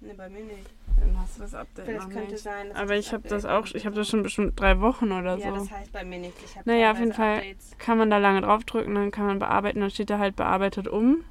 Speaker 3: Ne, bei mir nicht.
Speaker 4: Dann hast du das Update
Speaker 3: Vielleicht
Speaker 4: noch
Speaker 3: könnte
Speaker 4: nicht.
Speaker 3: sein. dass
Speaker 4: Aber
Speaker 3: ich
Speaker 4: ich habe das auch,
Speaker 3: Update-
Speaker 4: ich habe das schon bestimmt drei Wochen oder
Speaker 3: Ja,
Speaker 4: so.
Speaker 3: das heißt bei mir nicht. Ich habe
Speaker 4: Naja, Also auf jeden Fall
Speaker 3: Updates.
Speaker 4: Kann man da lange draufdrücken, dann kann man bearbeiten, dann steht da halt bearbeitet um.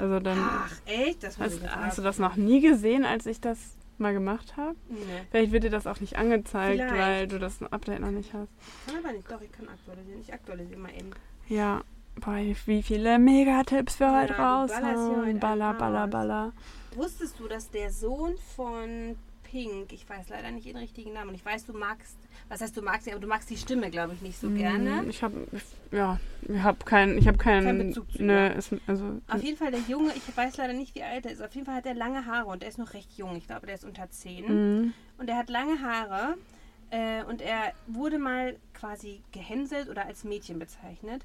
Speaker 4: Also dann
Speaker 3: Ach, echt? Das muss
Speaker 4: hast,
Speaker 3: ich jetzt
Speaker 4: hast du
Speaker 3: mal-
Speaker 4: das also- noch nie gesehen, als ich das mal gemacht habe.
Speaker 3: Nee.
Speaker 4: Vielleicht wird dir das auch nicht angezeigt,
Speaker 3: Vielleicht.
Speaker 4: weil du das Update noch nicht hast.
Speaker 3: Kann aber nicht. Doch, ich kann aktualisieren. Ich aktualisiere mal eben.
Speaker 4: Ja. Boah, wie viele Megatipps wir
Speaker 3: Ja,
Speaker 4: heute
Speaker 3: du ballerst hier
Speaker 4: raushauen.
Speaker 3: heute
Speaker 4: Baller,
Speaker 3: einfach
Speaker 4: baller,
Speaker 3: raus.
Speaker 4: baller.
Speaker 3: Wusstest du, dass der Sohn von Pink, ich weiß leider nicht ihren richtigen Namen, und ich weiß, du magst, was heißt du magst ihn, aber du magst die Stimme, glaube ich, nicht so gerne.
Speaker 4: Mm, Ich habe, ja, ich habe keinen, ich habe keinen,
Speaker 3: Kein Bezug zu
Speaker 4: ne,
Speaker 3: ihr.
Speaker 4: ist, also,
Speaker 3: Auf jeden Fall der Junge, ich weiß leider nicht, wie alt er ist. Auf jeden Fall hat er lange Haare und er ist noch recht jung. Ich glaube, der ist unter 10.
Speaker 4: Mhm.
Speaker 3: Und er hat lange Haare äh, und er wurde mal quasi gehänselt oder als Mädchen bezeichnet.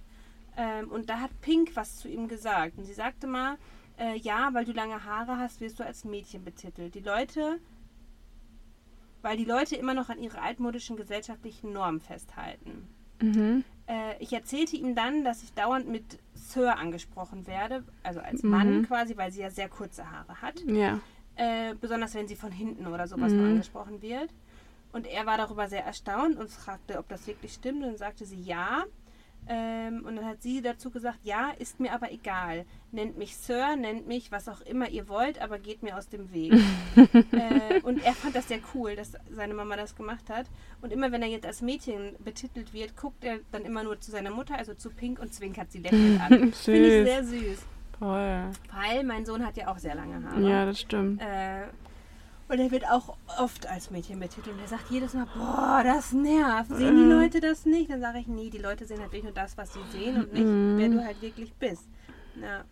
Speaker 3: Ähm, und da hat Pink was zu ihm gesagt. Und sie sagte mal, äh, ja, weil du lange Haare hast, wirst du als Mädchen betitelt. Die Leute, weil die Leute immer noch an ihre altmodischen gesellschaftlichen Normen festhalten.
Speaker 4: Mhm.
Speaker 3: Äh, ich erzählte ihm dann, dass ich dauernd mit Sir angesprochen werde, also als
Speaker 4: Mhm.
Speaker 3: Mann quasi, weil sie ja sehr kurze Haare hat
Speaker 4: Ja.
Speaker 3: äh, besonders wenn sie von hinten oder sowas
Speaker 4: Mhm.
Speaker 3: nur angesprochen wird. Und er war darüber sehr erstaunt und fragte, ob das wirklich stimmt. Und dann sagte sie ja. Ähm, und dann hat sie dazu gesagt, ja, ist mir aber egal. Nennt mich Sir, nennt mich was auch immer ihr wollt, aber geht mir aus dem Weg. äh, und er fand das sehr cool, dass seine Mama das gemacht hat. Und immer wenn er jetzt als Mädchen betitelt wird, guckt er dann immer nur zu seiner Mutter, also zu Pink und zwinkert sie lächelnd an.
Speaker 4: Süß.
Speaker 3: Finde ich sehr süß.
Speaker 4: Toll.
Speaker 3: Weil mein Sohn hat ja auch sehr lange Haare.
Speaker 4: Ja, das stimmt.
Speaker 3: Äh, und er wird auch oft als Mädchen betitelt. Und er sagt jedes Mal, boah, das nervt. Sehen
Speaker 4: Mhm.
Speaker 3: die Leute das nicht? Dann sage ich, nee, die Leute sehen halt wirklich nur das, was sie sehen und nicht,
Speaker 4: Mhm.
Speaker 3: wer du halt wirklich bist. Na,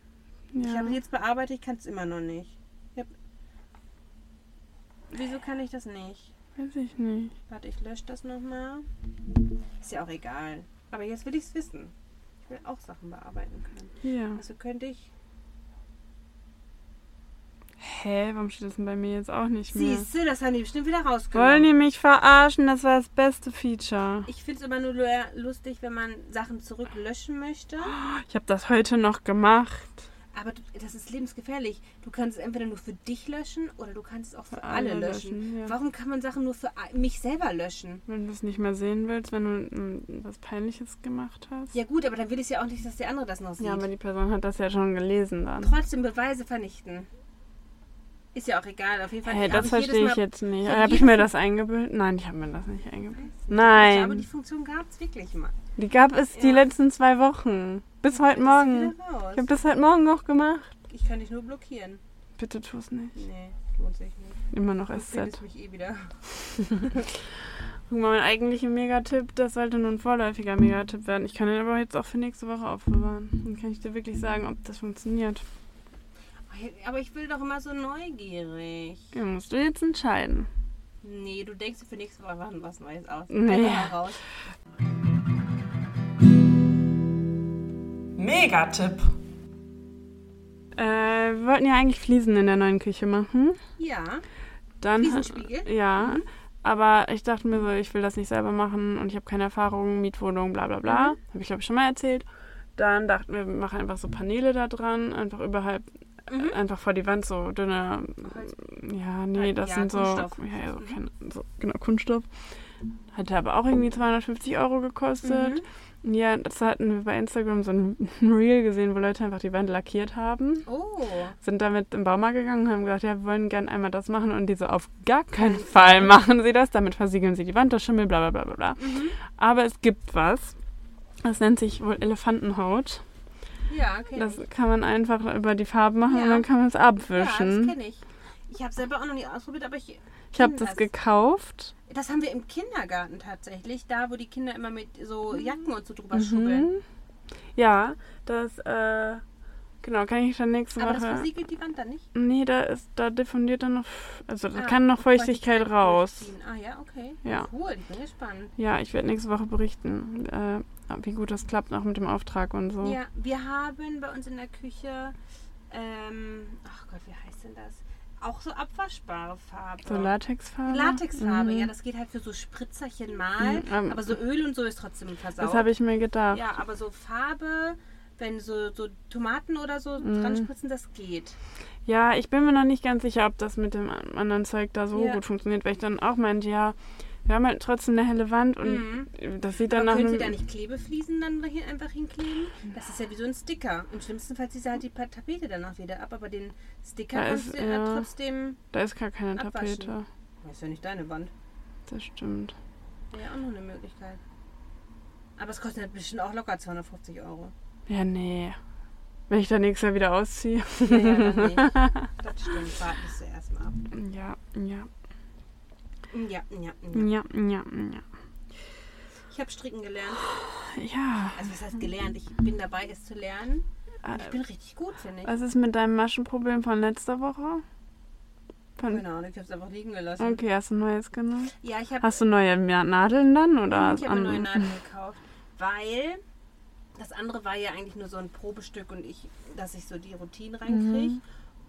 Speaker 3: Ich
Speaker 4: Ja.
Speaker 3: habe jetzt bearbeitet, ich kann es immer noch nicht. Ich hab... Wieso kann ich das nicht?
Speaker 4: Weiß ich nicht.
Speaker 3: Warte, ich lösche das nochmal. Ist ja auch egal. Aber jetzt will ich es wissen. Ich will auch Sachen bearbeiten können.
Speaker 4: Hier.
Speaker 3: Also könnte ich.
Speaker 4: Hä, warum steht das denn bei mir jetzt auch nicht mehr?
Speaker 3: Siehst du, das haben die bestimmt wieder
Speaker 4: Wollen
Speaker 3: rausgenommen.
Speaker 4: die mich verarschen? Das war das beste Feature.
Speaker 3: Ich finde es immer nur lu- lustig, wenn man Sachen zurücklöschen möchte.
Speaker 4: Ich habe das heute noch gemacht.
Speaker 3: Aber du, das ist lebensgefährlich. Du kannst es entweder nur für dich löschen oder du kannst es auch für alle löschen.
Speaker 4: ja.
Speaker 3: Warum kann man Sachen nur für a- mich selber löschen?
Speaker 4: Wenn du es nicht mehr sehen willst, wenn du mm, was Peinliches gemacht hast.
Speaker 3: Ja gut, aber dann will ich ja auch nicht, dass der andere das noch sieht.
Speaker 4: Ja, aber die Person hat das ja schon gelesen dann.
Speaker 3: Trotzdem Beweise vernichten. Ist ja auch egal. Auf jeden Fall
Speaker 4: Hey,
Speaker 3: hab
Speaker 4: das verstehe
Speaker 3: jedes
Speaker 4: ich
Speaker 3: Mal-
Speaker 4: jetzt nicht.
Speaker 3: ich hab
Speaker 4: Habe ich
Speaker 3: jedes-
Speaker 4: mir das eingebildet? Nein, ich habe mir das nicht eingebildet.
Speaker 3: Ich glaube, die
Speaker 4: Nein,
Speaker 3: Funktion gab es wirklich mal.
Speaker 4: die gab es die
Speaker 3: Ja.
Speaker 4: letzten zwei Wochen. Bis heute
Speaker 3: Morgen.
Speaker 4: Morgen. Ich habe das heute Morgen noch gemacht.
Speaker 3: Ich kann dich nur blockieren.
Speaker 4: Bitte tu es nicht.
Speaker 3: Nee, lohnt sich nicht.
Speaker 4: Immer noch
Speaker 3: Du
Speaker 4: SZ.
Speaker 3: findest mich eh wieder.
Speaker 4: Guck mal, mein eigentlicher Megatipp, das sollte nun ein vorläufiger Megatipp werden. Ich kann den aber jetzt auch für nächste Woche aufbewahren. Dann kann ich dir wirklich sagen, ob das funktioniert.
Speaker 3: Aber ich will doch immer so neugierig.
Speaker 4: Ja, musst du jetzt entscheiden.
Speaker 3: Nee, du denkst dir für nächste Woche machen was Neues aus.
Speaker 4: Nee.
Speaker 3: Einfach mal raus.
Speaker 1: Megatipp.
Speaker 4: Äh, wir wollten ja eigentlich Fliesen in der neuen Küche machen.
Speaker 3: Ja,
Speaker 4: Dann
Speaker 3: Fliesenspiegel?
Speaker 4: Ja. Aber ich dachte mir so, ich will das nicht selber machen und ich habe keine Erfahrung, Mietwohnung, bla bla bla.
Speaker 3: Mhm.
Speaker 4: Habe ich glaube ich schon mal erzählt. Dann dachten wir, wir machen einfach so Paneele da dran, einfach überhalb,
Speaker 3: Mhm.
Speaker 4: äh, einfach vor die Wand so dünne.
Speaker 3: Holz-
Speaker 4: Ja, nee,
Speaker 3: Halt
Speaker 4: das
Speaker 3: ja,
Speaker 4: sind so.
Speaker 3: Kunststoff.
Speaker 4: Ja, ja, so,
Speaker 3: Mhm.
Speaker 4: keine, so. Genau, Kunststoff. Hatte aber auch irgendwie 250 Euro gekostet.
Speaker 3: Mhm.
Speaker 4: Ja, das hatten wir bei Instagram so ein Reel gesehen, wo Leute einfach die Wand lackiert haben
Speaker 3: Oh.
Speaker 4: sind damit im Baumarkt gegangen und haben gesagt, ja, wir wollen gern einmal das machen und die so, auf gar keinen Fall machen sie das, damit versiegeln sie die Wand, das Schimmel, bla bla bla bla bla.
Speaker 3: Mhm.
Speaker 4: Aber es gibt was, das nennt sich wohl Elefantenhaut.
Speaker 3: Ja, okay.
Speaker 4: Das kann man einfach über die Farbe machen und
Speaker 3: Ja.
Speaker 4: dann kann man es
Speaker 3: ja, das
Speaker 4: abwischen.
Speaker 3: kenne ich. Ich habe selber auch noch nie ausprobiert, aber ich,
Speaker 4: ich habe das
Speaker 3: das.
Speaker 4: gekauft.
Speaker 3: das haben wir im Kindergarten tatsächlich, da wo die Kinder immer mit so Jacken und so drüber schubbeln.
Speaker 4: Mhm. Ja, das, äh, genau, kann ich dann nächste
Speaker 3: Aber das
Speaker 4: Woche...
Speaker 3: versiegelt die Wand dann nicht.
Speaker 4: Nee, da ist, da diffundiert dann noch, also da
Speaker 3: Ah,
Speaker 4: kann noch Feuchtigkeit raus.
Speaker 3: durchziehen. Ah ja, okay.
Speaker 4: Ja.
Speaker 3: Cool, ich bin gespannt.
Speaker 4: Ja, ich werde nächste Woche berichten, äh, wie gut das klappt, auch mit dem Auftrag und so.
Speaker 3: Ja, wir haben bei uns in der Küche, ähm, ach Gott, wie heißt denn das? Auch so abwaschbare Farbe.
Speaker 4: So Latexfarbe?
Speaker 3: Latexfarbe,
Speaker 4: Mhm.
Speaker 3: ja, das geht halt für so Spritzerchen mal,
Speaker 4: Mhm, ähm,
Speaker 3: aber so Öl und so ist trotzdem versaut.
Speaker 4: Das habe ich mir gedacht.
Speaker 3: ja, aber so Farbe, wenn so, so Tomaten oder so
Speaker 4: Mhm.
Speaker 3: dran spritzen, das geht.
Speaker 4: Ja. ich bin mir noch nicht ganz sicher, ob das mit dem an- anderen Zeug da so
Speaker 3: Ja.
Speaker 4: gut funktioniert, weil ich dann auch meinte, ja, wir haben halt trotzdem eine helle Wand und
Speaker 3: Mhm.
Speaker 4: das sieht dann
Speaker 3: Aber
Speaker 4: nach
Speaker 3: könnt ihr
Speaker 4: einem...
Speaker 3: da nicht Klebefliesen dann hier einfach hinkleben? Das ist ja wie so ein Sticker. Im schlimmsten Fall zieht ihr halt die Pa- Tapete danach wieder ab, aber den Sticker
Speaker 4: Da
Speaker 3: kannst
Speaker 4: ist-
Speaker 3: du ja
Speaker 4: ja.
Speaker 3: trotzdem.
Speaker 4: Da ist gar keine
Speaker 3: Abwaschen.
Speaker 4: Tapete.
Speaker 3: Das ist ja nicht deine Wand.
Speaker 4: Das stimmt.
Speaker 3: Wäre ja auch noch eine Möglichkeit. Aber es kostet halt bestimmt auch locker 250 Euro.
Speaker 4: Ja, nee. Wenn ich da nächstes Jahr wieder ausziehe.
Speaker 3: Naja, dann nicht. Das stimmt, warten wir erstmal ab.
Speaker 4: Ja, ja,
Speaker 3: Ja, ja, ja.
Speaker 4: ja, ja, ja.
Speaker 3: Ich habe stricken gelernt.
Speaker 4: Ja,
Speaker 3: Also was heißt gelernt? Ich bin dabei, es zu lernen.
Speaker 4: äh,
Speaker 3: Ich bin richtig gut, finde ich.
Speaker 4: was ist mit deinem Maschenproblem von letzter Woche? Von,
Speaker 3: Genau, ich habe es einfach liegen gelassen.
Speaker 4: Okay, hast du neues genommen?
Speaker 3: Ja, ich habe
Speaker 4: Hast du neue Na- Nadeln dann oder?
Speaker 3: Mhm, Ich habe
Speaker 4: an-
Speaker 3: neue Nadeln gekauft, weil das andere war ja eigentlich nur so ein Probestück und ich, dass ich so die
Speaker 4: Mhm.
Speaker 3: Routinen reinkriege.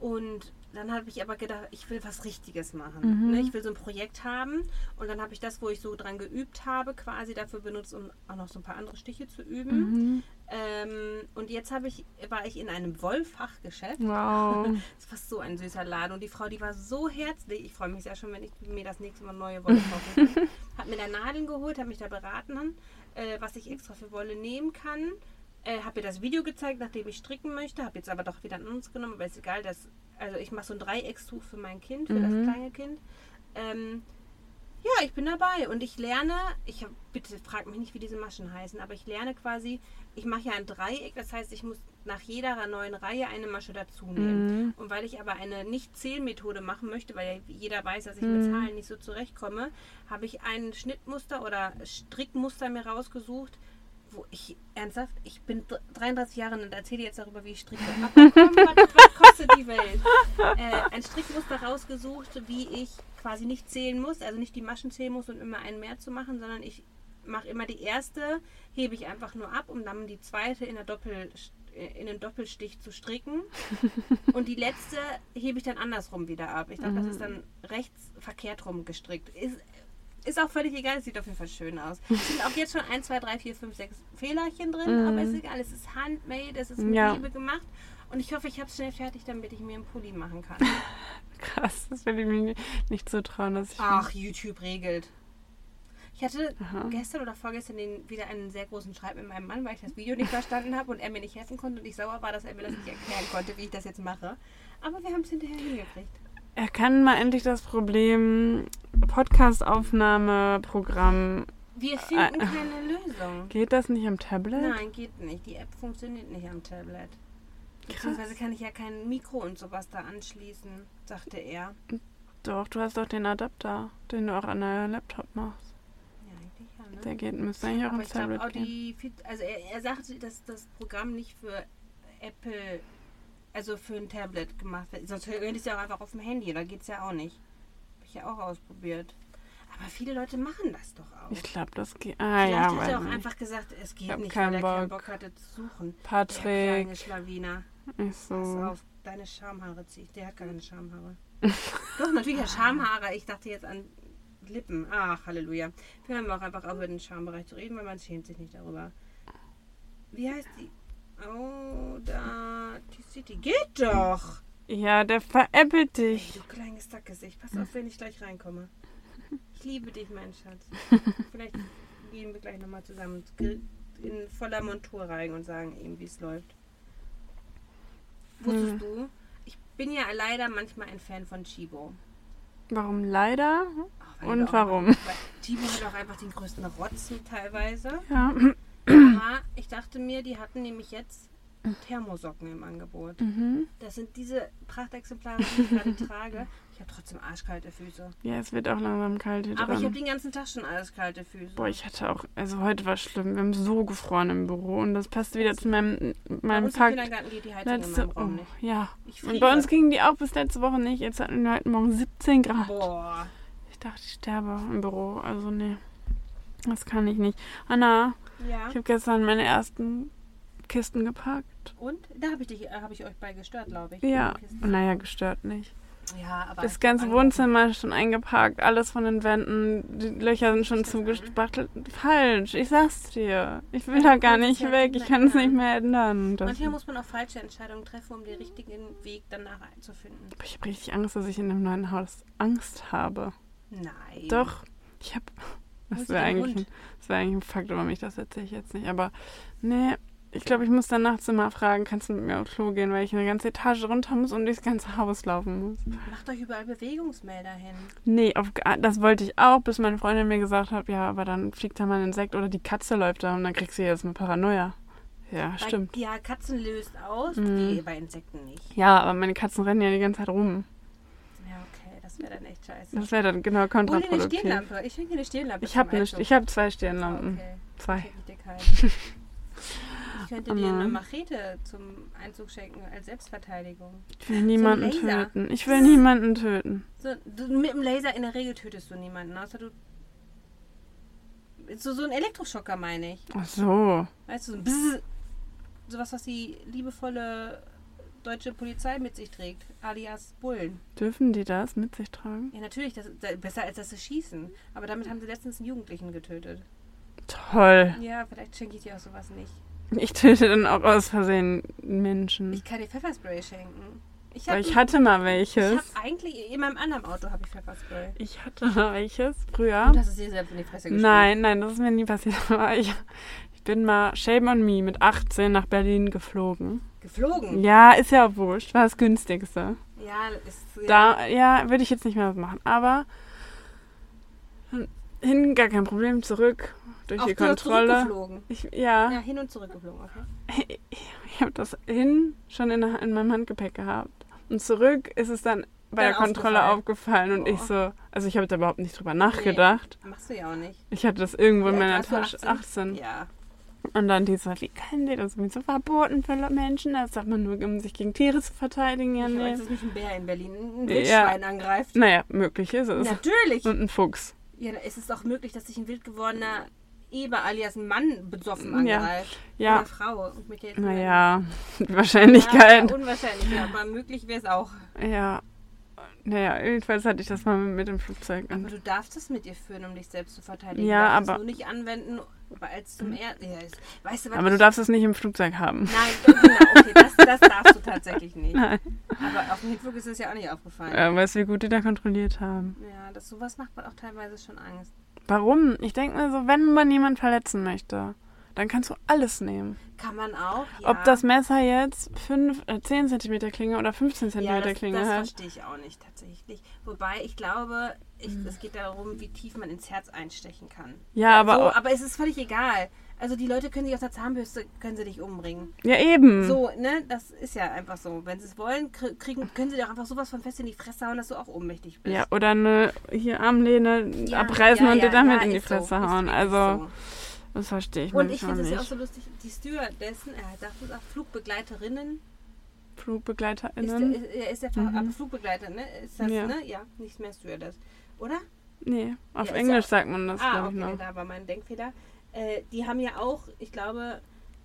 Speaker 3: Und dann habe ich aber gedacht, ich will was Richtiges machen.
Speaker 4: Mhm.
Speaker 3: Ne? Ich will so ein Projekt haben. Und dann habe ich das, wo ich so dran geübt habe, quasi dafür benutzt, um auch noch so ein paar andere Stiche zu üben.
Speaker 4: Mhm.
Speaker 3: Ähm, und jetzt habe ich, war ich in einem Wollfachgeschäft.
Speaker 4: Wow.
Speaker 3: Das war so ein süßer Laden. Und die Frau, die war so herzlich. Ich freue mich sehr schon, wenn ich mir das nächste Mal neue Wolle kaufen kann. Hat mir da Nadeln geholt, hat mich da beraten, äh, was ich extra für Wolle nehmen kann. Äh, habe ihr das Video gezeigt, nachdem ich stricken möchte. Habe jetzt aber doch wieder an uns genommen, aber ist egal. Das, also ich mache so ein Dreieckstuch für mein Kind, für
Speaker 4: Mhm.
Speaker 3: das kleine Kind. Ähm, ja, ich bin dabei und ich lerne, ich hab, bitte frag mich nicht, wie diese Maschen heißen, aber ich lerne quasi, ich mache ja ein Dreieck, das heißt, ich muss nach jeder neuen Reihe eine Masche dazu nehmen.
Speaker 4: Mhm.
Speaker 3: Und weil ich aber eine Nicht-Zählmethode machen möchte, weil ja jeder weiß, dass ich mit
Speaker 4: Mhm.
Speaker 3: Zahlen nicht so zurechtkomme, habe ich ein Schnittmuster oder Strickmuster mir rausgesucht, Wo ich, ernsthaft, ich bin dr- 33 Jahre und erzähle jetzt darüber, wie ich stricke. Aber komm, was, was kostet die Welt? Äh, ein Strickmuster rausgesucht, wie ich quasi nicht zählen muss, also nicht die Maschen zählen muss und immer einen mehr zu machen, sondern ich mache immer die erste, hebe ich einfach nur ab, um dann die zweite in, der Doppel, äh, in einen Doppelstich zu stricken. Und die letzte hebe ich dann andersrum wieder ab. Ich glaube,
Speaker 4: Mhm.
Speaker 3: das ist dann rechts verkehrt rum gestrickt. Ist, ist auch völlig egal, es sieht auf jeden Fall schön aus. Es sind auch jetzt schon 1, 2, 3, 4, 5, 6 Fehlerchen drin, aber ist egal, es ist handmade, es ist mit
Speaker 4: Mhm. Ja.
Speaker 3: Liebe gemacht. Und ich hoffe, ich habe es schnell fertig, damit ich mir einen Pulli machen kann.
Speaker 4: Krass, das will ich mir nicht, nicht zutrauen, dass ich.
Speaker 3: Ach, YouTube regelt. Ich hatte
Speaker 4: Aha.
Speaker 3: gestern oder vorgestern den, wieder einen sehr großen Streit mit meinem Mann, weil ich das Video nicht verstanden habe und er mir nicht helfen konnte und ich sauer war, dass er mir das nicht erklären konnte, wie ich das jetzt mache. Aber wir haben es hinterher hingekriegt.
Speaker 4: Er kann mal endlich das Problem Podcast-Aufnahmeprogramm.
Speaker 3: Wir finden keine Lösung.
Speaker 4: äh. Geht das nicht am Tablet?
Speaker 3: Nein, geht nicht. Die App funktioniert nicht am Tablet. Beziehungsweise kann ich ja kein Mikro und sowas da anschließen, sagte er.
Speaker 4: Doch, du hast doch den Adapter, den du auch an deinem Laptop machst.
Speaker 3: Ja, eigentlich ja, ne?
Speaker 4: Der geht, müsste eigentlich auch
Speaker 3: Aber
Speaker 4: ins
Speaker 3: ich glaube
Speaker 4: Tablet
Speaker 3: auch
Speaker 4: gehen.
Speaker 3: die, Fe- also er, er sagte, dass das Programm nicht für Apple, also für ein Tablet gemacht wird. Sonst könnte ich es ja auch einfach auf dem Handy, da geht es ja auch nicht. Habe ich ja auch ausprobiert. Aber viele Leute machen das doch auch.
Speaker 4: Ich glaube, das geht. Ah
Speaker 3: Vielleicht
Speaker 4: ja,
Speaker 3: hat
Speaker 4: weiß
Speaker 3: er auch
Speaker 4: nicht.
Speaker 3: einfach gesagt, es
Speaker 4: Ich
Speaker 3: geht
Speaker 4: hab
Speaker 3: nicht,
Speaker 4: keinen
Speaker 3: weil er keinen
Speaker 4: Bock.
Speaker 3: Bock hatte zu suchen. Der
Speaker 4: Patrick.
Speaker 3: kleine Schlawiner.
Speaker 4: Ich
Speaker 3: Pass
Speaker 4: so.
Speaker 3: auf, deine Schamhaare zieh ich. Der hat keine Schamhaare. Doch, natürlich hat er Schamhaare. Ich dachte jetzt an Lippen. Ach, Halleluja. Wir haben auch einfach auch über den Schambereich zu reden, weil man schämt sich nicht darüber. Wie heißt die? Oh, da. Die City. Geht doch!
Speaker 4: Ja, der veräppelt
Speaker 3: Ey,
Speaker 4: dich.
Speaker 3: du kleines Sackgesicht. Pass auf, wenn ich gleich reinkomme. Ich liebe dich, mein Schatz. Vielleicht gehen wir gleich nochmal zusammen in voller Montur rein und sagen ihm, wie es läuft. Wusstest du? Ich bin ja leider manchmal ein Fan von Chibo.
Speaker 4: Warum leider?
Speaker 3: Ach, weil
Speaker 4: Und
Speaker 3: wir auch
Speaker 4: warum?
Speaker 3: einfach- weil Chibo hat auch einfach den größten Rotzen teilweise.
Speaker 4: Ja.
Speaker 3: Aber ich dachte mir, die hatten nämlich jetzt Thermosocken im Angebot.
Speaker 4: Mhm.
Speaker 3: Das sind diese Prachtexemplare, die ich gerade trage. Ich habe trotzdem arschkalte Füße.
Speaker 4: Ja, es wird auch langsam kalt hier
Speaker 3: Aber ich habe den
Speaker 4: dran.
Speaker 3: ganzen Tag schon alles kalte Füße.
Speaker 4: Boah, ich hatte auch, also heute war schlimm. Wir haben so gefroren im Büro und das passte wieder zu meinem,
Speaker 3: Bei
Speaker 4: meinem
Speaker 3: uns im
Speaker 4: Takt.
Speaker 3: Kindergarten geht die Heizung
Speaker 4: Letzte,
Speaker 3: in meinem
Speaker 4: oh,
Speaker 3: Raum nicht.
Speaker 4: ja.
Speaker 3: Ich
Speaker 4: Und
Speaker 3: friere.
Speaker 4: bei uns gingen die auch bis letzte Woche nicht. Jetzt hatten wir heute Morgen 17 Grad.
Speaker 3: Boah.
Speaker 4: Ich dachte, ich sterbe im Büro. Also, nee. Das kann ich nicht. Anna,
Speaker 3: Ja.
Speaker 4: ich habe gestern meine ersten Kisten gepackt.
Speaker 3: Und da habe ich dich, äh, habe ich euch bei gestört, glaube ich.
Speaker 4: Ja.
Speaker 3: Mit dem Kissen.
Speaker 4: Naja, gestört nicht.
Speaker 3: Ja, aber
Speaker 4: Das ganze Wohnzimmer ist schon eingepackt. Alles von den Wänden. Die Löcher sind schon
Speaker 3: Ist das
Speaker 4: zugespachtelt. Falsch. Ich sag's dir. Ich will da gar nicht weg. Ich kann es nicht mehr ändern. Das
Speaker 3: Manchmal muss man auch falsche Entscheidungen treffen, um den richtigen Weg danach einzufinden.
Speaker 4: ich habe richtig Angst, dass ich in dem neuen Haus Angst habe.
Speaker 3: Nein.
Speaker 4: Doch, ich habe. Das
Speaker 3: Holst
Speaker 4: wäre
Speaker 3: du den
Speaker 4: eigentlich, ein-
Speaker 3: Hund?
Speaker 4: das wär eigentlich ein Fakt über mich, das erzähle ich jetzt nicht. Aber nee, ich glaube, ich muss dann nachts immer fragen, kannst du mit mir aufs Klo gehen, weil ich eine ganze Etage runter muss und durchs ganze Haus laufen muss.
Speaker 3: Macht euch überall Bewegungsmelder hin.
Speaker 4: Nee, auf, gar- das wollte ich auch, bis meine Freundin mir gesagt hat, ja, aber dann fliegt da mal ein Insekt oder die Katze läuft da und dann kriegst du jetzt mal Paranoia. Ja,
Speaker 3: Weil-
Speaker 4: stimmt. Mhm.
Speaker 3: Ja, Katzen löst aus, wie bei Insekten nicht.
Speaker 4: Ja, aber meine Katzen rennen ja die ganze Zeit rum.
Speaker 3: Ja, okay, das wäre dann echt scheiße.
Speaker 4: Das wäre dann genau
Speaker 3: Hol dir eine
Speaker 4: kontraproduktiv.
Speaker 3: Stirnlampe. Ich schenke dir eine Stirnlampe.
Speaker 4: Ich habe
Speaker 3: zum
Speaker 4: nicht,
Speaker 3: Einschlafen.
Speaker 4: ich habe zwei Stirnlampen.
Speaker 3: Ah, Okay.
Speaker 4: Zwei.
Speaker 3: Schenke ich dir keine. Ich könnte dir eine
Speaker 4: Oh Mann.
Speaker 3: Machete zum Einzug schenken als Selbstverteidigung.
Speaker 4: Ich will niemanden
Speaker 3: Laser.
Speaker 4: töten. Ich will niemanden töten.
Speaker 3: So, du, mit dem Laser in der Regel tötest du niemanden, außer du. So, so ein Elektroschocker meine ich.
Speaker 4: Ach so.
Speaker 3: Weißt du, so ein Bzzz. Sowas, was die liebevolle deutsche Polizei mit sich trägt, alias Bullen.
Speaker 4: Dürfen die das mit sich tragen?
Speaker 3: Ja, natürlich, das, da- besser als das zu schießen. Aber damit haben sie letztens einen Jugendlichen getötet.
Speaker 4: Toll.
Speaker 3: Ja, vielleicht schenke ich dir auch sowas nicht.
Speaker 4: Ich töte dann auch aus Versehen Menschen.
Speaker 3: Ich kann dir Pfefferspray schenken. Ich
Speaker 4: Hm. Weil
Speaker 3: habe
Speaker 4: ich hatte mal
Speaker 3: Ich
Speaker 4: welches.
Speaker 3: habe eigentlich eh in meinem anderen Auto habe ich Pfefferspray.
Speaker 4: Ich hatte mal welches früher.
Speaker 3: Du hast es dir selbst in die Fresse geschmissen.
Speaker 4: Nein, nein, das ist mir nie passiert. Aber ich, ich bin mal Shame on Me mit 18 nach Berlin geflogen.
Speaker 3: Geflogen.
Speaker 4: Ja, ist ja auch wurscht. War das günstigste.
Speaker 3: Ja, ist
Speaker 4: Da, ja, würde ich jetzt nicht mehr machen. Aber hin, gar kein Problem. Zurück durch
Speaker 3: auf
Speaker 4: die
Speaker 3: die
Speaker 4: Kontrolle.
Speaker 3: Zurückgeflogen.
Speaker 4: Ich, ja,
Speaker 3: Ja, hin und zurück geflogen, okay.
Speaker 4: Ich habe das hin schon in, der- in meinem Handgepäck gehabt. Und zurück ist es dann bei
Speaker 3: Dann
Speaker 4: der Kontrolle aufgefallen und
Speaker 3: Oh.
Speaker 4: ich so, also ich habe da überhaupt nicht drüber nachgedacht.
Speaker 3: Machst du ja auch nicht.
Speaker 4: Ich hatte das irgendwo in
Speaker 3: Wie alt
Speaker 4: meiner
Speaker 3: warst du?
Speaker 4: Tasche. 18.
Speaker 3: Ja.
Speaker 4: Und dann dieser, wie kann die das ist so verboten für Menschen? Das sagt man nur, um sich gegen Tiere zu verteidigen. Ja,
Speaker 3: Ich hoffe,
Speaker 4: nee.
Speaker 3: dass es nicht ein Bär in Berlin ein
Speaker 4: Ja.
Speaker 3: Wildschwein angreift.
Speaker 4: Naja, möglich ist es.
Speaker 3: Natürlich.
Speaker 4: Und ein Fuchs.
Speaker 3: Ja, da ist es auch möglich, dass sich ein wild gewordener Eber alias ein Mann besoffen
Speaker 4: Ja.
Speaker 3: angreift. Oder
Speaker 4: Ja,
Speaker 3: Eine Frau. Und mit der jetzt-
Speaker 4: naja, die
Speaker 3: Ja,
Speaker 4: Wahrscheinlichkeit.
Speaker 3: unwahrscheinlich, ja, aber möglich wäre es auch.
Speaker 4: Ja. Naja, jedenfalls hatte ich das mal mit dem Flugzeug.
Speaker 3: Aber
Speaker 4: Und
Speaker 3: du darfst es mit ihr führen, um dich selbst zu verteidigen.
Speaker 4: Mhm. Ja,
Speaker 3: du darfst
Speaker 4: aber- Mhm.
Speaker 3: Es nur nicht anwenden, als zum Erd. Ja, ist- weißt du was?
Speaker 4: Aber du
Speaker 3: ich-
Speaker 4: darfst es nicht im Flugzeug haben.
Speaker 3: Nein, genau, okay, das, das darfst du tatsächlich nicht.
Speaker 4: Nein.
Speaker 3: Aber auf dem Hinflug ist es ja auch nicht aufgefallen.
Speaker 4: Äh, weißt du, wie gut die da kontrolliert haben?
Speaker 3: Ja, das sowas macht man auch teilweise schon Angst.
Speaker 4: Warum? Ich denke mir so, wenn man jemanden verletzen möchte, dann kannst du alles nehmen.
Speaker 3: Kann man auch. Ja.
Speaker 4: Ob das Messer jetzt 5, äh, 10 cm Klinge oder 15 cm
Speaker 3: ja, das,
Speaker 4: Klinge
Speaker 3: das
Speaker 4: hat.
Speaker 3: verstehe ich auch nicht tatsächlich. Wobei ich glaube, ich,
Speaker 4: Mhm.
Speaker 3: es geht darum, wie tief man ins Herz einstechen kann.
Speaker 4: Ja, aber,
Speaker 3: so, aber es ist völlig egal. Also die Leute können sich aus der Zahnbürste können sie dich umbringen.
Speaker 4: ja eben.
Speaker 3: So, ne, das ist ja einfach so. Wenn sie es wollen, krie- kriegen, können sie dir auch einfach sowas von fest in die Fresse hauen, dass du auch ohnmächtig bist.
Speaker 4: Ja, oder eine hier Armlehne
Speaker 3: Ja,
Speaker 4: abreißen
Speaker 3: ja,
Speaker 4: und dir
Speaker 3: ja,
Speaker 4: damit
Speaker 3: ja,
Speaker 4: in die
Speaker 3: ist so,
Speaker 4: Fresse
Speaker 3: ist
Speaker 4: hauen.
Speaker 3: wirklich
Speaker 4: Also,
Speaker 3: so.
Speaker 4: das verstehe ich
Speaker 3: Und ich
Speaker 4: manchmal
Speaker 3: finde es
Speaker 4: nicht.
Speaker 3: ja auch so lustig, die Stewardessen, er darf es auch Flugbegleiterinnen, ist der,
Speaker 4: FlugbegleiterInnen?
Speaker 3: ist, er ist der Ver- aber Flugbegleiter, ne? Ist das,
Speaker 4: Mhm. Ja.
Speaker 3: ne? Ja, nicht mehr Stewardess. Oder?
Speaker 4: nee, auf
Speaker 3: Ja, ist ja
Speaker 4: Englisch
Speaker 3: auch-
Speaker 4: sagt man das,
Speaker 3: ah,
Speaker 4: glaube
Speaker 3: okay,
Speaker 4: ich, noch.
Speaker 3: da war mein Denkfehler. Äh, die haben ja auch, ich glaube,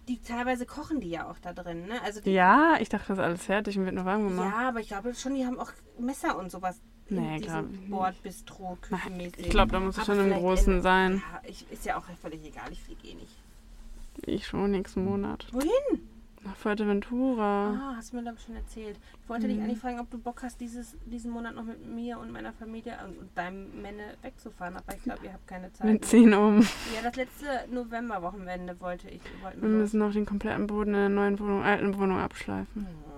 Speaker 3: die teilweise kochen die ja auch da drin, ne? Also die,
Speaker 4: Ja, ich dachte, das ist alles fertig und wird nur warm gemacht.
Speaker 3: Ja, aber ich glaube schon, die haben auch Messer und sowas.
Speaker 4: Nee,
Speaker 3: in
Speaker 4: glaub ich
Speaker 3: diesem
Speaker 4: nicht.
Speaker 3: Bordbistro,
Speaker 4: Nein,
Speaker 3: Küchenmäßig.
Speaker 4: ich glaube, da muss es
Speaker 3: Aber
Speaker 4: schon im
Speaker 3: vielleicht
Speaker 4: Großen
Speaker 3: in-
Speaker 4: sein.
Speaker 3: Ja, ich, ist ja auch völlig egal, ich fliege eh nicht.
Speaker 4: Ich schon nächsten Monat.
Speaker 3: Wohin?
Speaker 4: Nach Fuerteventura.
Speaker 3: Ah, hast du mir, glaube ich, schon erzählt. Ich wollte
Speaker 4: Mhm.
Speaker 3: dich eigentlich fragen, ob du Bock hast, dieses, diesen Monat noch mit mir und meiner Familie und, und deinem Männer wegzufahren, aber ich glaube, ihr habt keine
Speaker 4: Wir
Speaker 3: Zeit.
Speaker 4: ziehen um.
Speaker 3: Ja, das letzte Novemberwochenende wollte ich. Wollten wir
Speaker 4: Wir
Speaker 3: los.
Speaker 4: müssen noch den kompletten Boden in der neuen Wohnung, alten Wohnung abschleifen.
Speaker 3: Oh,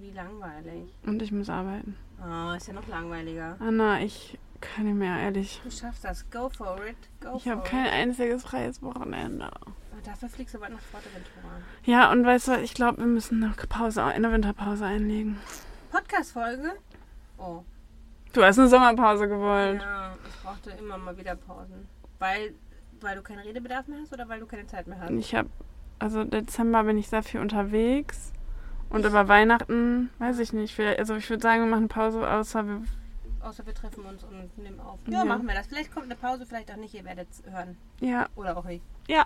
Speaker 3: Wie langweilig.
Speaker 4: Und ich muss arbeiten.
Speaker 3: Oh, ist ja noch langweiliger.
Speaker 4: Anna, ich kann nicht mehr, ehrlich.
Speaker 3: Du schaffst das. Go for it. Go
Speaker 4: Ich
Speaker 3: for
Speaker 4: habe
Speaker 3: it.
Speaker 4: kein einziges freies Wochenende.
Speaker 3: Aber Dafür fliegst du bald nach Fuerteventura.
Speaker 4: Ja, und weißt du was, ich glaube, wir müssen eine Pause, eine Winterpause einlegen.
Speaker 3: Podcast-Folge? Oh.
Speaker 4: Du hast eine Sommerpause gewollt.
Speaker 3: Ja, ich brauchte immer mal wieder Pausen. Weil, weil du keinen Redebedarf mehr hast oder weil du keine Zeit mehr hast?
Speaker 4: Ich habe, also Dezember bin ich sehr viel unterwegs. Und über Weihnachten, weiß ich nicht, vielleicht, also ich würde sagen, wir machen eine Pause, außer wir,
Speaker 3: Außer wir treffen uns und nehmen auf.
Speaker 4: Ja.
Speaker 3: Ja, machen wir das. Vielleicht kommt eine Pause, vielleicht auch nicht. Ihr werdet es hören.
Speaker 4: ja,
Speaker 3: Oder auch nicht.
Speaker 4: Ja.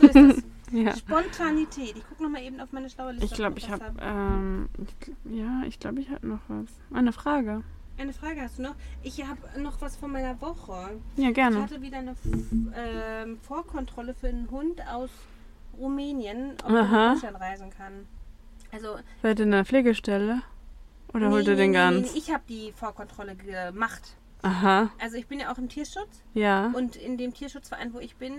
Speaker 3: So ist es.
Speaker 4: ja.
Speaker 3: Spontanität. Ich gucke nochmal eben auf meine schlaue Liste.
Speaker 4: Ich glaube, ich
Speaker 3: was
Speaker 4: habe, ähm, ich gl- ja, ich glaube, ich habe noch was. Eine Frage.
Speaker 3: Eine Frage hast du noch? Ich habe noch was von meiner Woche.
Speaker 4: Ja,
Speaker 3: Ich
Speaker 4: gerne.
Speaker 3: hatte wieder eine F- ähm, Vorkontrolle für einen Hund aus Rumänien, ob er
Speaker 4: Aha.
Speaker 3: nach Deutschland reisen kann. Also,
Speaker 4: Seid ihr in der Pflegestelle? Oder holt ihr
Speaker 3: nee,
Speaker 4: den
Speaker 3: nee,
Speaker 4: ganz?
Speaker 3: nee, ich habe die Vorkontrolle gemacht.
Speaker 4: Aha,
Speaker 3: Also ich bin ja auch im Tierschutz
Speaker 4: ja.
Speaker 3: und in dem Tierschutzverein, wo ich bin,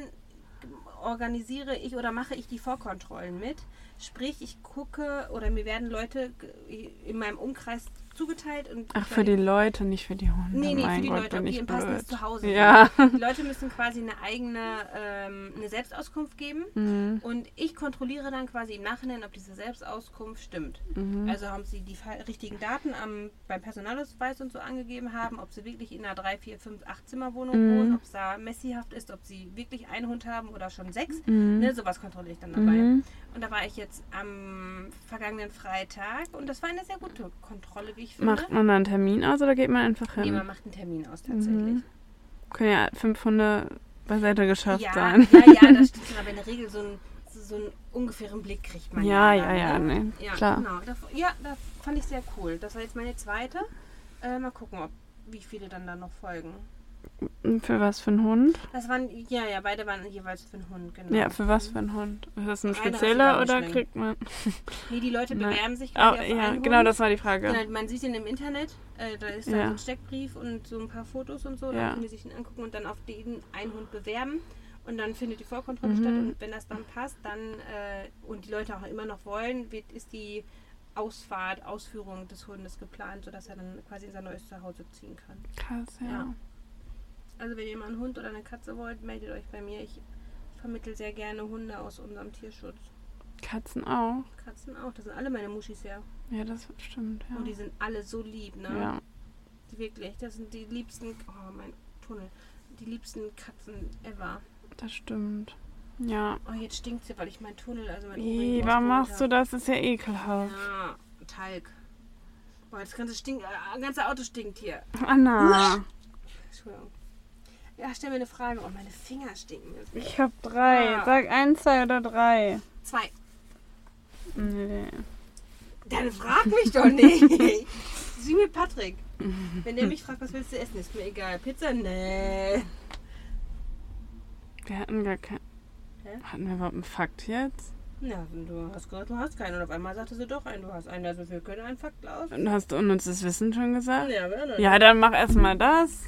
Speaker 3: organisiere ich oder mache ich die Vorkontrollen mit. Sprich, ich gucke oder mir werden Leute g- in meinem Umkreis zugeteilt und
Speaker 4: Ach,
Speaker 3: ich
Speaker 4: für die
Speaker 3: werde-
Speaker 4: Leute, nicht für die Hunde.
Speaker 3: Nee, nee,
Speaker 4: Oh mein
Speaker 3: für die
Speaker 4: Gott,
Speaker 3: Leute,
Speaker 4: bin
Speaker 3: ob die
Speaker 4: ich
Speaker 3: im passenden
Speaker 4: blöd.
Speaker 3: Zuhause sind.
Speaker 4: Ja.
Speaker 3: die Leute müssen quasi eine eigene ähm, eine Selbstauskunft geben.
Speaker 4: Mhm.
Speaker 3: Und ich kontrolliere dann quasi im Nachhinein, ob diese Selbstauskunft stimmt.
Speaker 4: Mhm.
Speaker 3: Also haben sie die fa- richtigen Daten am, beim Personalausweis und so angegeben haben, ob sie wirklich in einer 3, 4, 5, 8 Zimmerwohnung
Speaker 4: Mhm.
Speaker 3: wohnen, ob es da messihaft ist, ob sie wirklich einen Hund haben oder schon sechs. Ne, sowas kontrolliere ich dann dabei.
Speaker 4: Mhm.
Speaker 3: Und da war ich jetzt am vergangenen Freitag und das war eine sehr gute Kontrolle, wie ich finde.
Speaker 4: Macht man da einen Termin aus oder geht man einfach
Speaker 3: nee,
Speaker 4: hin?
Speaker 3: man macht einen Termin aus
Speaker 4: Mhm.
Speaker 3: tatsächlich.
Speaker 4: Können ja fünf Hunde beiseite geschafft
Speaker 3: Ja,
Speaker 4: sein.
Speaker 3: ja, ja, das stimmt schon, aber in der Regel so, ein, so einen ungefähren Blick kriegt man.
Speaker 4: Ja, ja,
Speaker 3: dann,
Speaker 4: ja,
Speaker 3: ne?
Speaker 4: nee,
Speaker 3: Ja,
Speaker 4: klar.
Speaker 3: genau. Da, ja, das fand ich sehr cool. Das war jetzt meine zweite. Äh, mal gucken, ob, wie viele dann da noch folgen.
Speaker 4: Und Für was für einen Hund?
Speaker 3: Das waren, ja, ja, beide waren jeweils für einen Hund, genau.
Speaker 4: Ja, für was für einen Hund? Ist das ein
Speaker 3: Einer ist
Speaker 4: spezieller
Speaker 3: überhaupt nicht
Speaker 4: oder
Speaker 3: schlimm.
Speaker 4: kriegt man.
Speaker 3: Nee, die Leute
Speaker 4: Nein.
Speaker 3: bewerben sich
Speaker 4: Oh,
Speaker 3: quasi auf
Speaker 4: ja,
Speaker 3: einen
Speaker 4: genau,
Speaker 3: Hund.
Speaker 4: das war die Frage.
Speaker 3: Genau, man sieht ihn im Internet, äh, da ist dann
Speaker 4: Ja.
Speaker 3: so ein Steckbrief und so ein paar Fotos und so,
Speaker 4: Ja.
Speaker 3: dann können die sich den angucken und dann auf den einen Hund bewerben und dann findet die Vorkontrolle
Speaker 4: Mhm.
Speaker 3: statt und wenn das dann passt, dann äh, und die Leute auch immer noch wollen, wird, ist die Ausfahrt, Ausführung des Hundes geplant, sodass er dann quasi in sein neues Zuhause ziehen kann.
Speaker 4: Krass, ja.
Speaker 3: Ja. Also wenn ihr mal einen Hund oder eine Katze wollt, meldet euch bei mir. Ich vermittel sehr gerne Hunde aus unserem Tierschutz.
Speaker 4: Katzen auch.
Speaker 3: Katzen auch, das sind alle meine Muschis ja.
Speaker 4: Ja, das stimmt. Ja.
Speaker 3: Und die sind alle so lieb, ne?
Speaker 4: ja.
Speaker 3: Wirklich, das sind die liebsten, oh mein Tunnel, die liebsten Katzen ever.
Speaker 4: Das stimmt. Ja.
Speaker 3: Oh, jetzt stinkt sie, weil ich meinen Tunnel, also mein
Speaker 4: Ih, warum machst du das? Ist ja ekelhaft.
Speaker 3: Ja, Talg. Boah, das ganze, stink, äh, das ganze Auto stinkt hier.
Speaker 4: Anna,
Speaker 3: Entschuldigung. Ja, stell mir eine Frage. Oh, meine Finger stinken. jetzt.
Speaker 4: ich hab drei. Sag eins, zwei oder drei.
Speaker 3: Zwei.
Speaker 4: Nee.
Speaker 3: Dann frag mich doch nicht. Sieh mir Patrick. Wenn der mich fragt, was willst du essen, ist mir egal. Pizza? Nee.
Speaker 4: Wir hatten gar kein.
Speaker 3: Hä?
Speaker 4: Hatten wir überhaupt einen Fakt jetzt?
Speaker 3: Na, du hast gehört, du hast keinen. Und auf einmal sagte sie doch einen, du hast einen. Also wir können einen Fakt aus.
Speaker 4: Und hast du uns das Wissen schon gesagt?
Speaker 3: Ja, aber dann-
Speaker 4: Ja, dann mach erstmal das.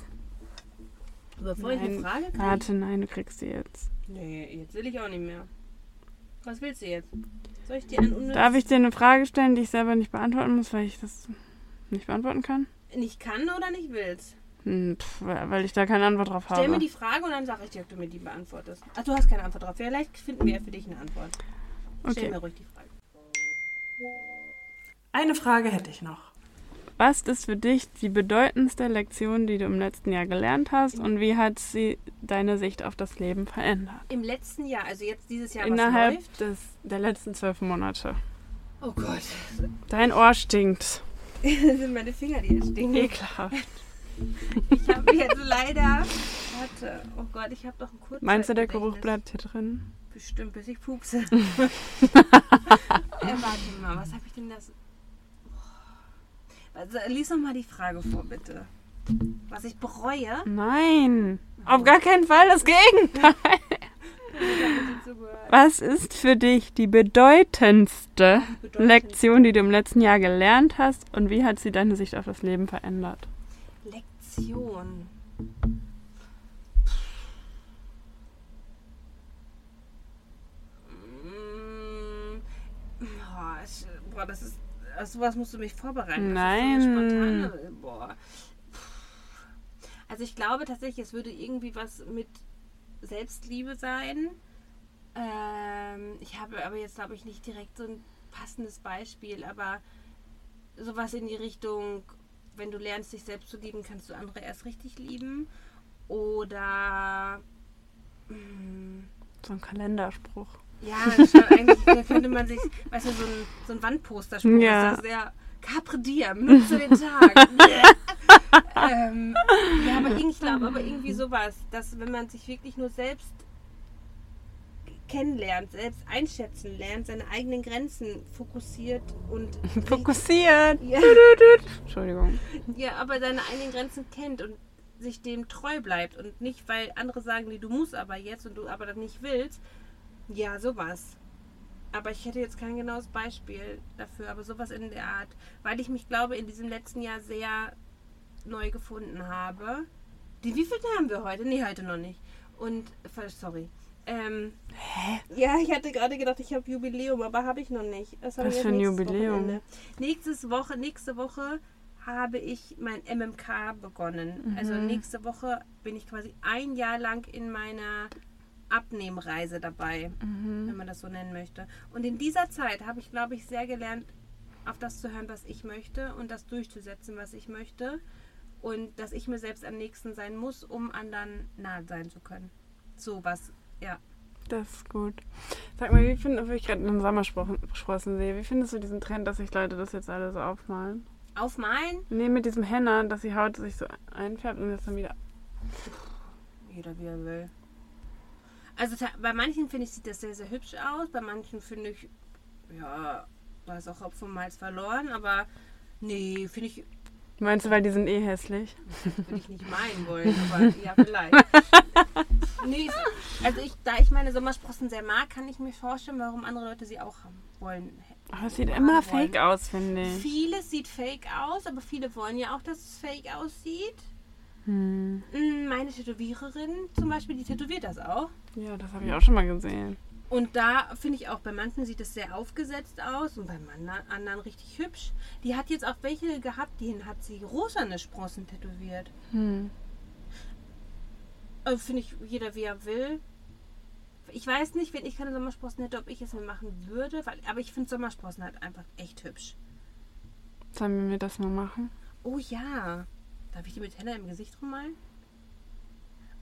Speaker 3: Bevor ich eine
Speaker 4: Nein.
Speaker 3: Frage kriege.
Speaker 4: Warte, nein, du kriegst sie jetzt.
Speaker 3: Nee, jetzt will ich auch nicht mehr. Was willst du jetzt? Soll ich dir einen unnütz...
Speaker 4: Darf ich dir eine Frage stellen, die ich selber nicht beantworten muss, weil ich das nicht beantworten kann?
Speaker 3: Nicht kann oder nicht willst?
Speaker 4: Hm, pf, weil ich da keine Antwort drauf
Speaker 3: Stell mir
Speaker 4: habe.
Speaker 3: die Frage und dann sage ich dir, ob du mir die beantwortest. Ach, du hast keine Antwort drauf. Vielleicht finden wir ja für dich eine Antwort. Stell
Speaker 4: Okay.
Speaker 3: mir ruhig die Frage.
Speaker 1: Eine Frage hätte ich noch.
Speaker 4: Was ist für dich die bedeutendste Lektion, die du im letzten Jahr gelernt hast und wie hat sie deine Sicht auf das Leben verändert?
Speaker 3: Im letzten Jahr, also jetzt dieses Jahr, was
Speaker 4: Innerhalb
Speaker 3: läuft?
Speaker 4: des, der letzten zwölf Monate.
Speaker 3: Oh Gott.
Speaker 4: Dein Ohr stinkt.
Speaker 3: Das sind meine Finger, die jetzt stinken.
Speaker 4: Ekelhaft.
Speaker 3: Ich habe jetzt leider... Warte, oh Gott, ich habe doch einen kurzen...
Speaker 4: Meinst du, der Geruch bleibt hier drin?
Speaker 3: Bestimmt, bis ich pupse. äh, warte mal, was habe ich denn das... Also, lies noch mal die Frage vor, bitte. Was ich bereue...
Speaker 4: Nein. Auf gar keinen Fall das Gegenteil. Was ist für dich die bedeutendste Lektion, die du im letzten Jahr gelernt hast und wie hat sie deine Sicht auf das Leben verändert?
Speaker 3: Lektion. Mm, boah, ich, boah, das ist. Auf sowas musst du mich vorbereiten. Das ist so eine
Speaker 4: Nein.
Speaker 3: spontane, boah. Also ich glaube tatsächlich, es würde irgendwie was mit Selbstliebe sein. Ähm, ich habe aber jetzt, glaube ich, nicht direkt so ein passendes Beispiel, aber sowas in die Richtung, wenn du lernst, dich selbst zu lieben, kannst du andere erst richtig lieben. Oder mm,
Speaker 4: So ein Kalenderspruch.
Speaker 3: ja, das stimmt, eigentlich da könnte man sich, weißt du, so ein, so ein Wandposter spielen.
Speaker 4: Ja.
Speaker 3: Das ist doch sehr Capre Diem, nutze den Tag. ähm, ja, aber irgendwie, ich glaube, aber irgendwie sowas, dass wenn man sich wirklich nur selbst kennenlernt, selbst einschätzen lernt, seine eigenen Grenzen fokussiert und
Speaker 4: Fokussiert.
Speaker 3: ja,
Speaker 4: Entschuldigung.
Speaker 3: ja, aber seine eigenen Grenzen kennt und sich dem treu bleibt und nicht, weil andere sagen, nee, du musst aber jetzt und du aber das nicht willst. Ja, sowas. Aber ich hätte jetzt kein genaues Beispiel dafür, aber sowas in der Art, weil ich mich, glaube, in diesem letzten Jahr sehr neu gefunden habe. Die wievielte haben wir heute? Nee, heute noch nicht. Und, ver- sorry. Ähm, Hä? Ja, ich hatte gerade gedacht, ich habe Jubiläum, aber habe ich noch nicht. Das habe
Speaker 4: Was
Speaker 3: ich
Speaker 4: für
Speaker 3: erst
Speaker 4: ein
Speaker 3: nächstes
Speaker 4: Jubiläum?
Speaker 3: Wochenende. Nächstes Woche, nächste Woche habe ich mein MMK begonnen.
Speaker 4: Mhm.
Speaker 3: Also nächste Woche bin ich quasi ein Jahr lang in meiner Abnehmreise dabei,
Speaker 4: Mhm.
Speaker 3: wenn man das so nennen möchte. Und in dieser Zeit habe ich, glaube ich, sehr gelernt, auf das zu hören, was ich möchte und das durchzusetzen, was ich möchte. Und dass ich mir selbst am nächsten sein muss, um anderen nahe sein zu können. So was, ja.
Speaker 4: Das ist gut. Sag mal, wie findest du, ich gerade einen Sommersprossen sehe, wie findest du diesen Trend, dass sich Leute das jetzt alle so aufmalen?
Speaker 3: Aufmalen?
Speaker 4: Nee, mit diesem Henna, dass die Haut sich so einfärbt und das dann wieder.
Speaker 3: Jeder wie er will. Also ta- bei manchen finde ich, sieht das sehr, sehr hübsch aus. Bei manchen finde ich, ja, da ist auch Hopfen und Malz verloren. Aber nee, finde ich,
Speaker 4: Meinst du, weil die sind eh hässlich?
Speaker 3: würde ich nicht meinen wollen, aber ja, vielleicht. nee, ich- also ich, da ich meine Sommersprossen sehr mag, kann ich mir vorstellen, warum andere Leute sie auch haben wollen.
Speaker 4: Aber Oh, es sieht immer fake aus, finde ich.
Speaker 3: Vieles sieht fake aus, aber viele wollen ja auch, dass es fake aussieht.
Speaker 4: Hm.
Speaker 3: Mm, Meine Tätowiererin zum Beispiel, die tätowiert das auch.
Speaker 4: Ja, das habe ich auch schon mal gesehen.
Speaker 3: Und da finde ich auch, bei manchen sieht es sehr aufgesetzt aus und bei manna- anderen richtig hübsch. Die hat jetzt auch welche gehabt, denen hat sie rosane Sprossen tätowiert.
Speaker 4: Hm.
Speaker 3: Also finde ich, jeder wie er will. Ich weiß nicht, wenn ich keine Sommersprossen hätte, ob ich es mir machen würde, weil, aber ich finde Sommersprossen halt einfach echt hübsch.
Speaker 4: Sollen wir das mal machen?
Speaker 3: Oh ja. Darf ich die mit Henna im Gesicht rummalen?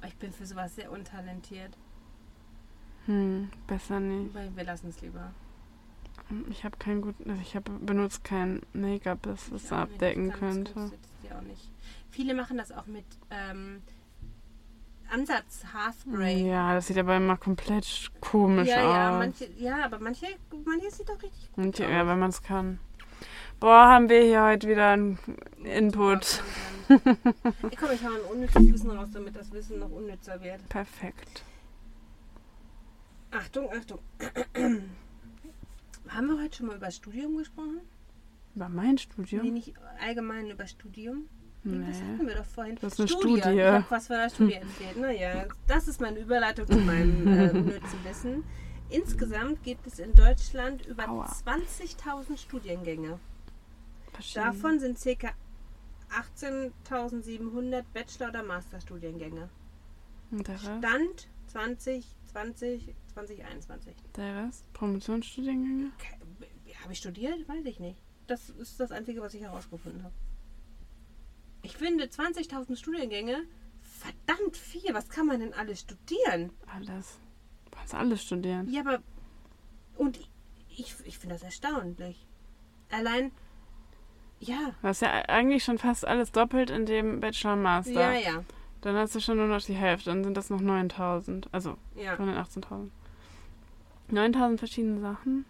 Speaker 3: Oh, ich bin für sowas sehr untalentiert.
Speaker 4: Hm, besser nicht.
Speaker 3: Weil wir lassen es lieber.
Speaker 4: Ich habe kein gut, also ich habe benutzt kein Make-up, das es
Speaker 3: Ja,
Speaker 4: abdecken
Speaker 3: das kann- das
Speaker 4: könnte.
Speaker 3: kostet es ja auch nicht. Viele machen das auch mit ähm, Ansatz-Haarspray.
Speaker 4: Ja, das sieht aber immer komplett sch- komisch
Speaker 3: ja, ja,
Speaker 4: aus.
Speaker 3: manche, ja, aber manche, manche sieht auch richtig gut
Speaker 4: Und die,
Speaker 3: aus.
Speaker 4: ja, wenn man es kann. Boah, haben wir hier heute wieder einen Input.
Speaker 3: Super, kann sein. Ey, Komm, ich hau ein unnützes Wissen raus, damit das Wissen noch unnützer wird.
Speaker 4: Perfekt.
Speaker 3: Achtung, Achtung. Haben wir heute schon mal über Studium gesprochen?
Speaker 4: War mein
Speaker 3: Nee,
Speaker 4: Studium?
Speaker 3: nicht allgemein über Studium. Das
Speaker 4: Nee.
Speaker 3: hatten wir doch vorhin.
Speaker 4: Das ist eine Studie.
Speaker 3: Ich habe was von der Studie erzählt. Naja, das ist meine Überleitung zu meinem äh, unnützen Wissen. Insgesamt gibt es in Deutschland über
Speaker 4: Aua.
Speaker 3: 20.000 Studiengänge.
Speaker 4: Verschieden.
Speaker 3: Davon sind ca. 18.700 Bachelor- oder Masterstudiengänge.
Speaker 4: Und der Rest?
Speaker 3: Stand 2020, 2021.
Speaker 4: Der Rest? Promotionsstudiengänge?
Speaker 3: Habe ich studiert? Weiß ich nicht. Das ist das Einzige, was ich herausgefunden habe. Ich finde 20.000 Studiengänge verdammt viel. Was kann man denn alles studieren?
Speaker 4: Alles. Du kannst alles studieren.
Speaker 3: Ja, aber. Und ich, ich finde das erstaunlich. Allein. Ja.
Speaker 4: Du hast ja eigentlich schon fast alles doppelt in dem Bachelor und Master.
Speaker 3: Ja, ja.
Speaker 4: Dann hast du schon nur noch die Hälfte. Dann sind das noch 9000. Also
Speaker 3: Ja.
Speaker 4: von den 18.000. 9000 verschiedene Sachen.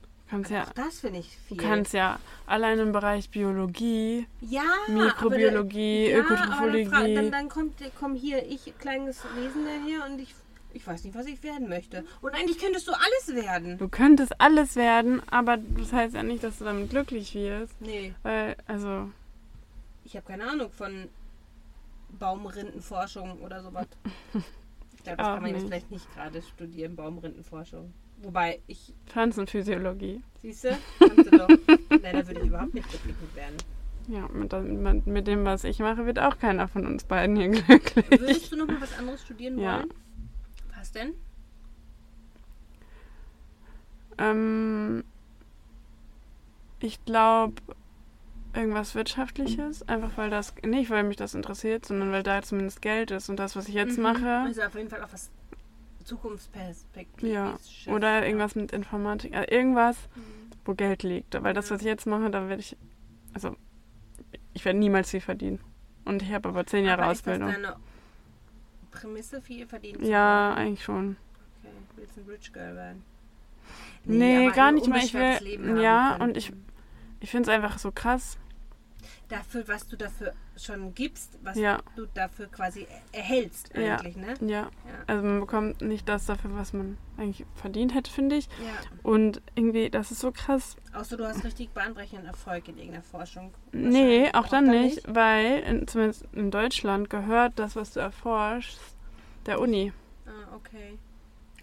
Speaker 4: Du kannst ja,
Speaker 3: Auch das finde ich viel.
Speaker 4: du kannst ja allein im Bereich Biologie,
Speaker 3: ja,
Speaker 4: Mikrobiologie,
Speaker 3: aber da- ja, aber dann, fra- dann,
Speaker 4: Ökotrophologie.
Speaker 3: dann kommt komm hier ich, kleines Wesen daher und ich, ich weiß nicht, was ich werden möchte. Und eigentlich könntest du alles werden.
Speaker 4: Du könntest alles werden, aber das heißt ja nicht, dass du damit glücklich wirst.
Speaker 3: Nee.
Speaker 4: Weil, also,
Speaker 3: Ich habe keine Ahnung von Baumrindenforschung oder sowas. Ich glaube, das
Speaker 4: Auch
Speaker 3: kann man jetzt
Speaker 4: nicht.
Speaker 3: vielleicht nicht gerade studieren, Baumrindenforschung. Wobei, ich,
Speaker 4: Pflanzenphysiologie.
Speaker 3: siehst du, kannst du doch. Nein, da würde ich überhaupt nicht glücklich mit werden.
Speaker 4: Ja, mit, dem- mit dem, was ich mache, wird auch keiner von uns beiden hier glücklich.
Speaker 3: Würdest du noch mal was anderes studieren
Speaker 4: Ja.
Speaker 3: wollen? Was denn?
Speaker 4: Ähm, ich glaube, irgendwas Wirtschaftliches. Einfach weil das, nicht weil mich das interessiert, sondern weil da zumindest Geld ist und das, was ich jetzt
Speaker 3: Mhm.
Speaker 4: mache.
Speaker 3: Also auf jeden Fall auch was Zukunftsperspektivisches.
Speaker 4: Ja. Oder irgendwas mit Informatik. Also irgendwas, wo Geld liegt. Weil das,
Speaker 3: Mhm. Ja.
Speaker 4: was ich jetzt mache, da werde ich, also, ich werde niemals viel verdienen. Und ich habe aber zehn Jahre
Speaker 3: Aber
Speaker 4: Ausbildung.
Speaker 3: Ist das deine Prämisse viel verdient? zu
Speaker 4: Ja,
Speaker 3: haben?
Speaker 4: eigentlich schon.
Speaker 3: Okay. Willst du ein Rich Girl werden?
Speaker 4: Nee,
Speaker 3: aber
Speaker 4: gar
Speaker 3: ein
Speaker 4: nicht mal. Ich will-
Speaker 3: unbeschwertes Leben haben
Speaker 4: ja,
Speaker 3: können.
Speaker 4: und ich- Ich finde es einfach so krass.
Speaker 3: dafür, was du dafür schon gibst, was
Speaker 4: Ja,
Speaker 3: du dafür quasi erhältst
Speaker 4: Ja.
Speaker 3: eigentlich, ne?
Speaker 4: ja.
Speaker 3: Ja.
Speaker 4: Also man bekommt nicht das dafür, was man eigentlich verdient hätte, finde ich.
Speaker 3: ja.
Speaker 4: Und irgendwie, das ist so krass.
Speaker 3: Außer du hast richtig bahnbrechenden Erfolg in irgendeiner Forschung.
Speaker 4: Nee,
Speaker 3: Wahrscheinlich
Speaker 4: auch dann nicht, weil in, zumindest in Deutschland gehört das, was du erforschst, der Uni.
Speaker 3: Ah, okay.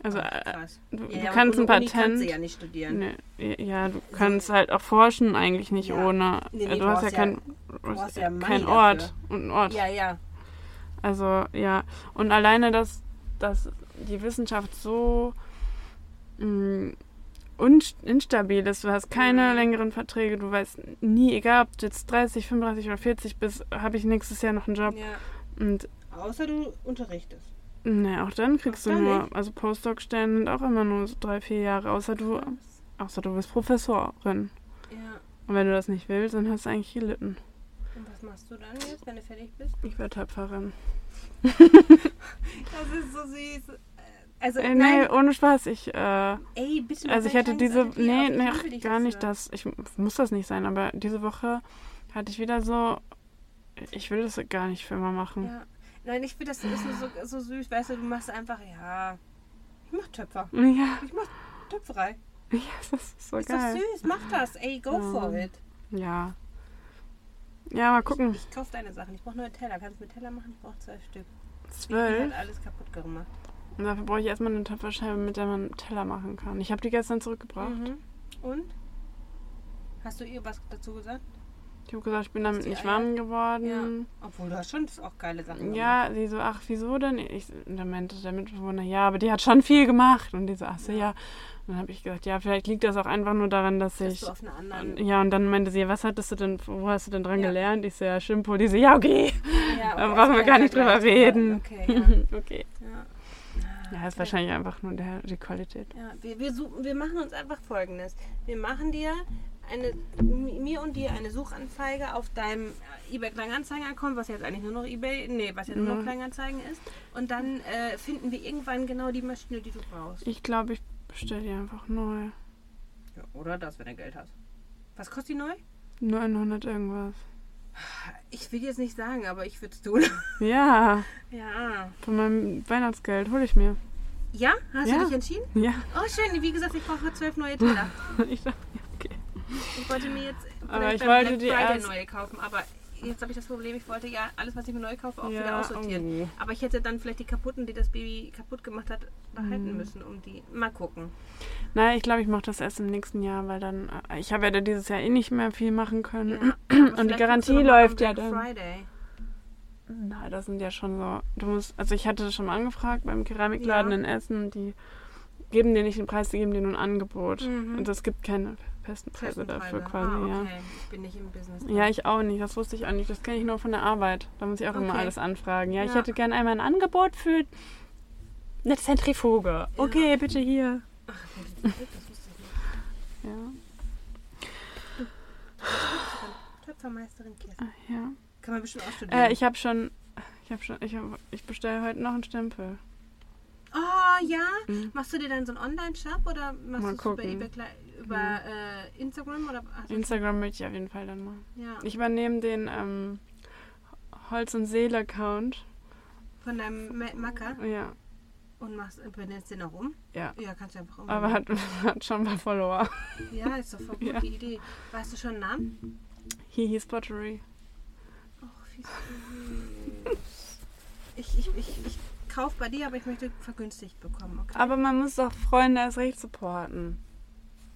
Speaker 4: Also
Speaker 3: Ach,
Speaker 4: äh,
Speaker 3: krass.
Speaker 4: du,
Speaker 3: Ja, ja,
Speaker 4: du kannst ein
Speaker 3: ohne Uni
Speaker 4: Patent.
Speaker 3: kannst du ja nicht studieren.
Speaker 4: Nee, ja, du kannst halt auch forschen eigentlich nicht
Speaker 3: Ja.
Speaker 4: ohne. Also
Speaker 3: Nee, nee,
Speaker 4: du
Speaker 3: du
Speaker 4: hast ja
Speaker 3: brauchst ja-
Speaker 4: keinen
Speaker 3: brauchst ja Money
Speaker 4: kein
Speaker 3: dafür.
Speaker 4: Ort und einen Ort.
Speaker 3: Ja, ja.
Speaker 4: Also ja, und alleine, dass, dass die Wissenschaft so mh, unst- instabil ist, du hast keine
Speaker 3: Mhm.
Speaker 4: längeren Verträge, du weißt nie, egal ob du jetzt 30, 35 oder 40 bist, habe ich nächstes Jahr noch einen Job.
Speaker 3: ja.
Speaker 4: Und
Speaker 3: Außer du unterrichtest.
Speaker 4: ne, auch dann kriegst
Speaker 3: Auch
Speaker 4: du
Speaker 3: dann
Speaker 4: nur,
Speaker 3: nicht.
Speaker 4: also Postdoc-Stellen sind auch immer nur so drei, vier Jahre, außer du, außer du bist Professorin.
Speaker 3: Ja.
Speaker 4: Und wenn du das nicht willst, dann hast du eigentlich gelitten.
Speaker 3: Und was machst du dann jetzt, wenn du fertig bist?
Speaker 4: Ich werde Töpferin.
Speaker 3: Das ist so süß. Äh, Also,
Speaker 4: Äh, nee,
Speaker 3: nein,
Speaker 4: ohne Spaß, ich äh,
Speaker 3: ey, bitte.
Speaker 4: Also ich
Speaker 3: mach
Speaker 4: hatte
Speaker 3: kein
Speaker 4: diese,
Speaker 3: Satire
Speaker 4: nee,
Speaker 3: auf, ich
Speaker 4: nee,
Speaker 3: liebe dich
Speaker 4: gar nicht
Speaker 3: dafür.
Speaker 4: das, ich muss das nicht sein, aber diese Woche hatte ich wieder so, ich will das gar nicht für immer machen.
Speaker 3: Ja. Nein, ich finde das ist nur so, so süß, weißt du, du machst einfach, ja, ich mach Töpfer.
Speaker 4: Ja, ja,
Speaker 3: Ich mach Töpferei.
Speaker 4: das ist so
Speaker 3: Ist
Speaker 4: geil.
Speaker 3: doch süß, mach das. Ey, go
Speaker 4: Ja.
Speaker 3: for it.
Speaker 4: Ja. Ja, mal gucken.
Speaker 3: Ich kauf deine Sachen. Ich brauche neue Teller. Kannst du mir Teller machen? Ich brauche zwei Stück. Die hat
Speaker 4: Zwölf.
Speaker 3: alles kaputt gemacht.
Speaker 4: Und dafür brauche ich erstmal eine Töpferscheibe, mit der man Teller machen kann. Ich habe die gestern zurückgebracht.
Speaker 3: Mhm. Und? Hast du ihr was dazu gesagt?
Speaker 4: Ich habe gesagt, ich bin damit
Speaker 3: die
Speaker 4: nicht
Speaker 3: Eier?
Speaker 4: warm geworden.
Speaker 3: Obwohl, du hast schon auch geile Sachen gemacht.
Speaker 4: Mhm. Ja, sie so, ach, wieso denn? Ich, und dann meinte der Mitbewohner, ja, aber die hat schon viel gemacht. Und die so, ach so, ja. Und dann habe ich gesagt, ja, vielleicht liegt das auch einfach nur daran, dass,
Speaker 3: Dass
Speaker 4: ich
Speaker 3: du auf einer anderen...
Speaker 4: Ja, und dann meinte sie, was hattest du denn, wo hast du denn dran
Speaker 3: Ja.
Speaker 4: gelernt? Ich so, ja, Schimpo. Die so, ja, okay.
Speaker 3: Ja,
Speaker 4: Da
Speaker 3: okay,
Speaker 4: brauchen wir
Speaker 3: also
Speaker 4: gar nicht
Speaker 3: kein
Speaker 4: drüber
Speaker 3: Vergleich.
Speaker 4: reden.
Speaker 3: Okay,
Speaker 4: okay.
Speaker 3: ja. ja.
Speaker 4: Ja, ist wahrscheinlich einfach nur der, die Qualität.
Speaker 3: Ja, wir, wir, suchen, wir machen uns einfach folgendes. Wir machen dir eine, mi- mir und dir eine Suchanzeige auf deinem eBay Kleinanzeigen-Account, was jetzt eigentlich nur noch eBay, nee, was jetzt nur noch
Speaker 4: Mhm.
Speaker 3: Kleinanzeigen ist. Und dann äh, finden wir irgendwann genau die Maschine, die du brauchst.
Speaker 4: Ich glaube, ich bestelle die einfach neu.
Speaker 3: Ja, oder das, wenn du Geld hast. Was kostet die neu?
Speaker 4: 900 irgendwas.
Speaker 3: Ich will jetzt nicht sagen, aber ich würde es tun.
Speaker 4: Ja,
Speaker 3: Ja.
Speaker 4: von meinem Weihnachtsgeld hole ich mir.
Speaker 3: Ja? Hast
Speaker 4: Ja.
Speaker 3: du dich entschieden?
Speaker 4: Ja,
Speaker 3: Oh, schön. Wie gesagt, ich brauche zwölf neue Teller.
Speaker 4: ich dachte, ja, okay.
Speaker 3: Ich wollte mir jetzt vielleicht
Speaker 4: Aber ich
Speaker 3: beim
Speaker 4: wollte
Speaker 3: Black
Speaker 4: die
Speaker 3: Friday
Speaker 4: erst-
Speaker 3: neue kaufen, aber jetzt habe ich das Problem, ich wollte ja alles, was ich mir neu kaufe, auch
Speaker 4: ja,
Speaker 3: wieder aussortieren.
Speaker 4: oh.
Speaker 3: Aber ich hätte dann vielleicht die kaputten, die das Baby kaputt gemacht hat, behalten
Speaker 4: Mhm.
Speaker 3: müssen, um die. Mal gucken.
Speaker 4: Nein, ich glaube, ich mache das erst im nächsten Jahr, weil dann. äh, Ich habe ja da dieses Jahr eh nicht mehr viel machen
Speaker 3: Ja.
Speaker 4: können.
Speaker 3: Aber vielleicht
Speaker 4: Und die
Speaker 3: guckst
Speaker 4: Garantie
Speaker 3: du noch mal am
Speaker 4: läuft ja
Speaker 3: Black
Speaker 4: dann.
Speaker 3: Friday.
Speaker 4: Na, das sind ja schon so. Du musst, also ich hatte das schon mal angefragt beim Keramikladen
Speaker 3: Ja.
Speaker 4: in Essen. Die geben dir nicht den Preis, die geben dir nur ein Angebot.
Speaker 3: Mhm.
Speaker 4: Und es gibt keine festen Preise dafür
Speaker 3: Kostenpreise.
Speaker 4: quasi,
Speaker 3: ah, okay. Ich bin nicht im Business.
Speaker 4: ja. Ja, ich auch nicht. Das wusste ich auch nicht. Das kenne ich nur von der Arbeit. Da muss ich auch immer
Speaker 3: Okay.
Speaker 4: alles anfragen. Ja, ich
Speaker 3: Ja.
Speaker 4: hätte gern einmal ein Angebot für eine Zentrifuge. Oh, Okay, bitte hier.
Speaker 3: Das wusste ich nicht.
Speaker 4: Ja,
Speaker 3: Töpfermeisterin Kirsten.
Speaker 4: ah, ja.
Speaker 3: Kann man bestimmt auch studieren.
Speaker 4: Äh, ich habe schon. Ich habe schon. Ich, hab, ich bestelle heute noch einen Stempel.
Speaker 3: oh ja?
Speaker 4: Mhm.
Speaker 3: Machst du dir dann so einen Online-Shop oder
Speaker 4: Mal
Speaker 3: machst du es über,
Speaker 4: gucken. Mhm.
Speaker 3: eBay, Klei- über äh, Instagram? Oder, ach,
Speaker 4: Instagram möchte ich auf jeden Fall dann mal.
Speaker 3: ja,
Speaker 4: Ich übernehme den ähm, Holz- und Seele-Account.
Speaker 3: von deinem Ma- Macker
Speaker 4: Ja.
Speaker 3: und machst, benennst den auch um?
Speaker 4: Ja.
Speaker 3: Ja, kannst du einfach um.
Speaker 4: Aber hat, hat schon mal Follower.
Speaker 3: ja, ist doch voll gut,
Speaker 4: Ja.
Speaker 3: die Idee. Weißt du schon einen Namen?
Speaker 4: Hihi Spottery.
Speaker 3: Och, wie süß. ich, ich, ich, ich kaufe bei dir, aber ich möchte vergünstigt bekommen. Okay.
Speaker 4: Aber man muss doch Freunde erst recht supporten.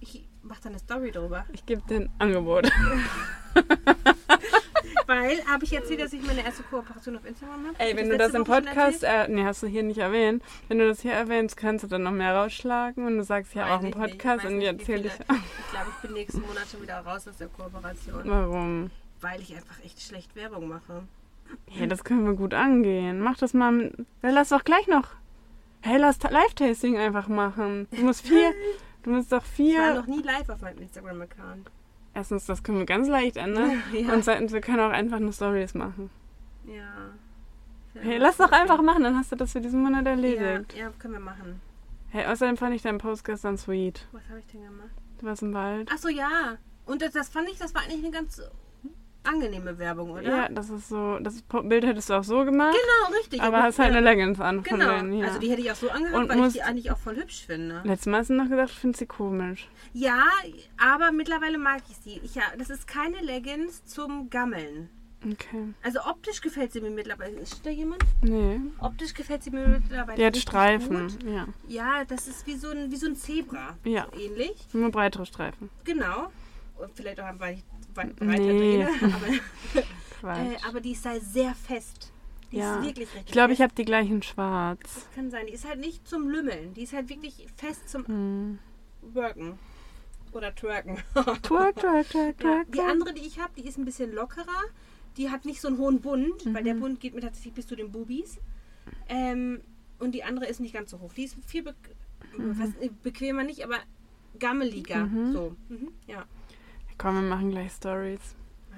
Speaker 3: Ich mache dann eine Story drüber.
Speaker 4: Ich gebe den Angebot.
Speaker 3: Weil, habe ich erzählt, dass ich meine erste Kooperation auf Instagram habe?
Speaker 4: Ey,
Speaker 3: Hab
Speaker 4: wenn
Speaker 3: ich
Speaker 4: du das
Speaker 3: letzte
Speaker 4: im
Speaker 3: Woche schon
Speaker 4: Podcast,
Speaker 3: erzählt?
Speaker 4: äh, nee, hast du hier nicht erwähnt. Wenn du das hier erwähnst, kannst du dann noch mehr rausschlagen und du sagst ja
Speaker 3: Weiß
Speaker 4: auch im
Speaker 3: ich nicht. Ich
Speaker 4: Podcast
Speaker 3: weiß
Speaker 4: und die
Speaker 3: nicht, wie
Speaker 4: erzähle ich.
Speaker 3: viele. Ich glaube, ich bin nächsten Monat schon wieder raus aus der Kooperation,
Speaker 4: Warum?
Speaker 3: weil ich einfach echt schlecht Werbung mache.
Speaker 4: Ja, das können wir gut angehen. Mach das mal. mit- Ja, lass doch gleich noch. Hey, lass Ta- Live-Tasting einfach machen. Du musst vier. Du musst doch
Speaker 3: Ich war
Speaker 4: vier.
Speaker 3: noch nie live auf meinem Instagram-Account.
Speaker 4: Erstens, das können wir ganz leicht ändern.
Speaker 3: Ja.
Speaker 4: Und zweitens, wir können auch einfach nur Stories machen.
Speaker 3: ja.
Speaker 4: Hey, lass doch einfach machen, dann hast du das für diesen Monat
Speaker 3: ja,
Speaker 4: erledigt.
Speaker 3: ja, können wir machen.
Speaker 4: Hey, außerdem fand ich deinen Post gestern sweet.
Speaker 3: Was habe ich denn gemacht?
Speaker 4: Du warst im Wald.
Speaker 3: Ach so, ja. Und das, das fand ich, das war eigentlich eine ganz angenehme Werbung, oder?
Speaker 4: Ja, das ist so. Das Po- Bild hättest du auch so gemacht,
Speaker 3: Genau, richtig.
Speaker 4: aber
Speaker 3: Und-
Speaker 4: hast halt
Speaker 3: ja,
Speaker 4: eine Leggings an von
Speaker 3: Genau,
Speaker 4: denen. Ja.
Speaker 3: also die hätte ich auch so angehabt,
Speaker 4: Und
Speaker 3: weil ich
Speaker 4: musst-
Speaker 3: die eigentlich auch voll hübsch finde.
Speaker 4: Letztes Mal hast du noch gesagt, ich finde sie komisch.
Speaker 3: Ja, aber mittlerweile mag ich sie. Ich, ja, das ist keine Leggings zum Gammeln.
Speaker 4: Okay.
Speaker 3: Also optisch gefällt sie mir mittlerweile. Ist da jemand?
Speaker 4: Nee.
Speaker 3: Optisch gefällt sie mir mittlerweile.
Speaker 4: Die hat
Speaker 3: richtig
Speaker 4: Streifen.
Speaker 3: Gut.
Speaker 4: Ja.
Speaker 3: Ja, das ist wie so ein, wie so ein Zebra.
Speaker 4: Ja.
Speaker 3: So ähnlich.
Speaker 4: Nur breitere Streifen.
Speaker 3: Genau. Und Vielleicht auch weil ich weit breiter
Speaker 4: Nee.
Speaker 3: rede. Aber,
Speaker 4: Quatsch.
Speaker 3: äh, aber die ist halt sehr fest. Die
Speaker 4: Ja.
Speaker 3: ist wirklich richtig
Speaker 4: ich glaube, ich
Speaker 3: fest.
Speaker 4: habe die gleichen schwarz.
Speaker 3: Das kann sein. Die ist halt nicht zum Lümmeln. Die ist halt wirklich fest zum
Speaker 4: Hm.
Speaker 3: Worken. Oder Twerken.
Speaker 4: Twerk, twerk, twerk,
Speaker 3: Ja,
Speaker 4: twerk.
Speaker 3: die andere, die ich habe, die ist ein bisschen lockerer. Die hat nicht so einen hohen Bund, weil
Speaker 4: Mhm.
Speaker 3: der Bund geht mir tatsächlich bis zu den Bubis. Ähm, und die andere ist nicht ganz so hoch. Die ist viel be
Speaker 4: Mhm.
Speaker 3: was, äh, bequemer nicht, aber gammeliger. So. Mhm, ja.
Speaker 4: Komm, wir machen gleich Stories.